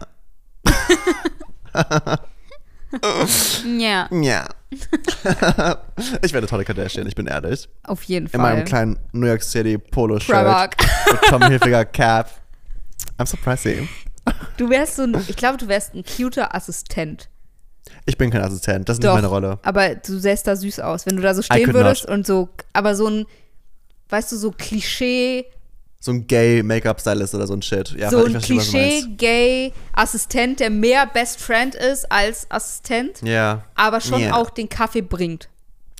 Speaker 2: Ja,
Speaker 1: ja. ich werde tolle Kardashian, ich bin ehrlich.
Speaker 2: auf jeden Fall.
Speaker 1: In meinem kleinen New York City Polo-Shirt
Speaker 2: Primark.
Speaker 1: mit Tom Hilfiger Cap. I'm so pricey.
Speaker 2: Du wärst so ein, ich glaube, du wärst ein cuter Assistent.
Speaker 1: Ich bin kein Assistent, das ist
Speaker 2: Doch,
Speaker 1: nicht meine Rolle.
Speaker 2: Aber du sähst da süß aus, wenn du da so stehen
Speaker 1: could
Speaker 2: würdest
Speaker 1: not.
Speaker 2: und so, aber so ein, weißt du, so Klischee,
Speaker 1: So ein gay Make-up-Stylist oder so ein Shit. Ja,
Speaker 2: so
Speaker 1: ich
Speaker 2: ein
Speaker 1: verstehe, was du meinst.
Speaker 2: Klischee-Gay-Assistent, der mehr Best Friend ist als Assistent,
Speaker 1: Ja.
Speaker 2: aber schon
Speaker 1: Ja.
Speaker 2: auch den Kaffee bringt.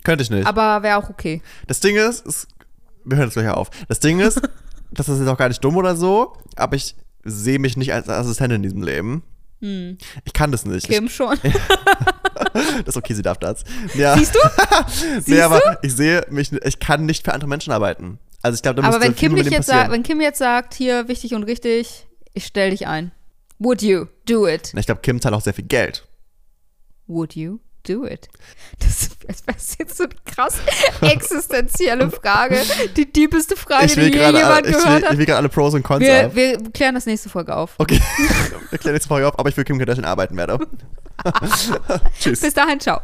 Speaker 1: Könnte ich nicht.
Speaker 2: Aber wäre auch okay.
Speaker 1: das Ding ist, ist, wir hören jetzt gleich auf. Das Ding ist, das ist jetzt auch gar nicht dumm oder so, aber ich sehe mich nicht als Assistent in diesem Leben. Ich kann das nicht.
Speaker 2: Hm. Kim schon.
Speaker 1: Ich, das ist okay, sie darf das. Ja.
Speaker 2: Siehst du?
Speaker 1: nee, aber ich sehe mich, ich kann nicht für andere Menschen arbeiten. Also ich glaube, da
Speaker 2: Aber
Speaker 1: müsste
Speaker 2: wenn
Speaker 1: viel
Speaker 2: Kim,
Speaker 1: mit
Speaker 2: dich
Speaker 1: dem
Speaker 2: jetzt
Speaker 1: passieren.
Speaker 2: sagt, wenn Kim jetzt sagt, hier, wichtig und richtig, ich stell dich ein. Would you do it?
Speaker 1: Na, ich glaube, Kim zahlt auch sehr viel Geld.
Speaker 2: Would you do it? Das, das ist jetzt so eine krass existenzielle Frage. Die diebeste Frage,
Speaker 1: Ich
Speaker 2: die
Speaker 1: will
Speaker 2: je
Speaker 1: gerade
Speaker 2: jemand
Speaker 1: ich
Speaker 2: gehört
Speaker 1: will, ich
Speaker 2: hat.
Speaker 1: will gerade alle Pros und Cons ab.
Speaker 2: Wir, wir klären das nächste Folge auf.
Speaker 1: Okay, ich kläre jetzt Folge auf, ob ich für Kim Kardashian arbeiten werde. Tschüss.
Speaker 2: Bis dahin, ciao.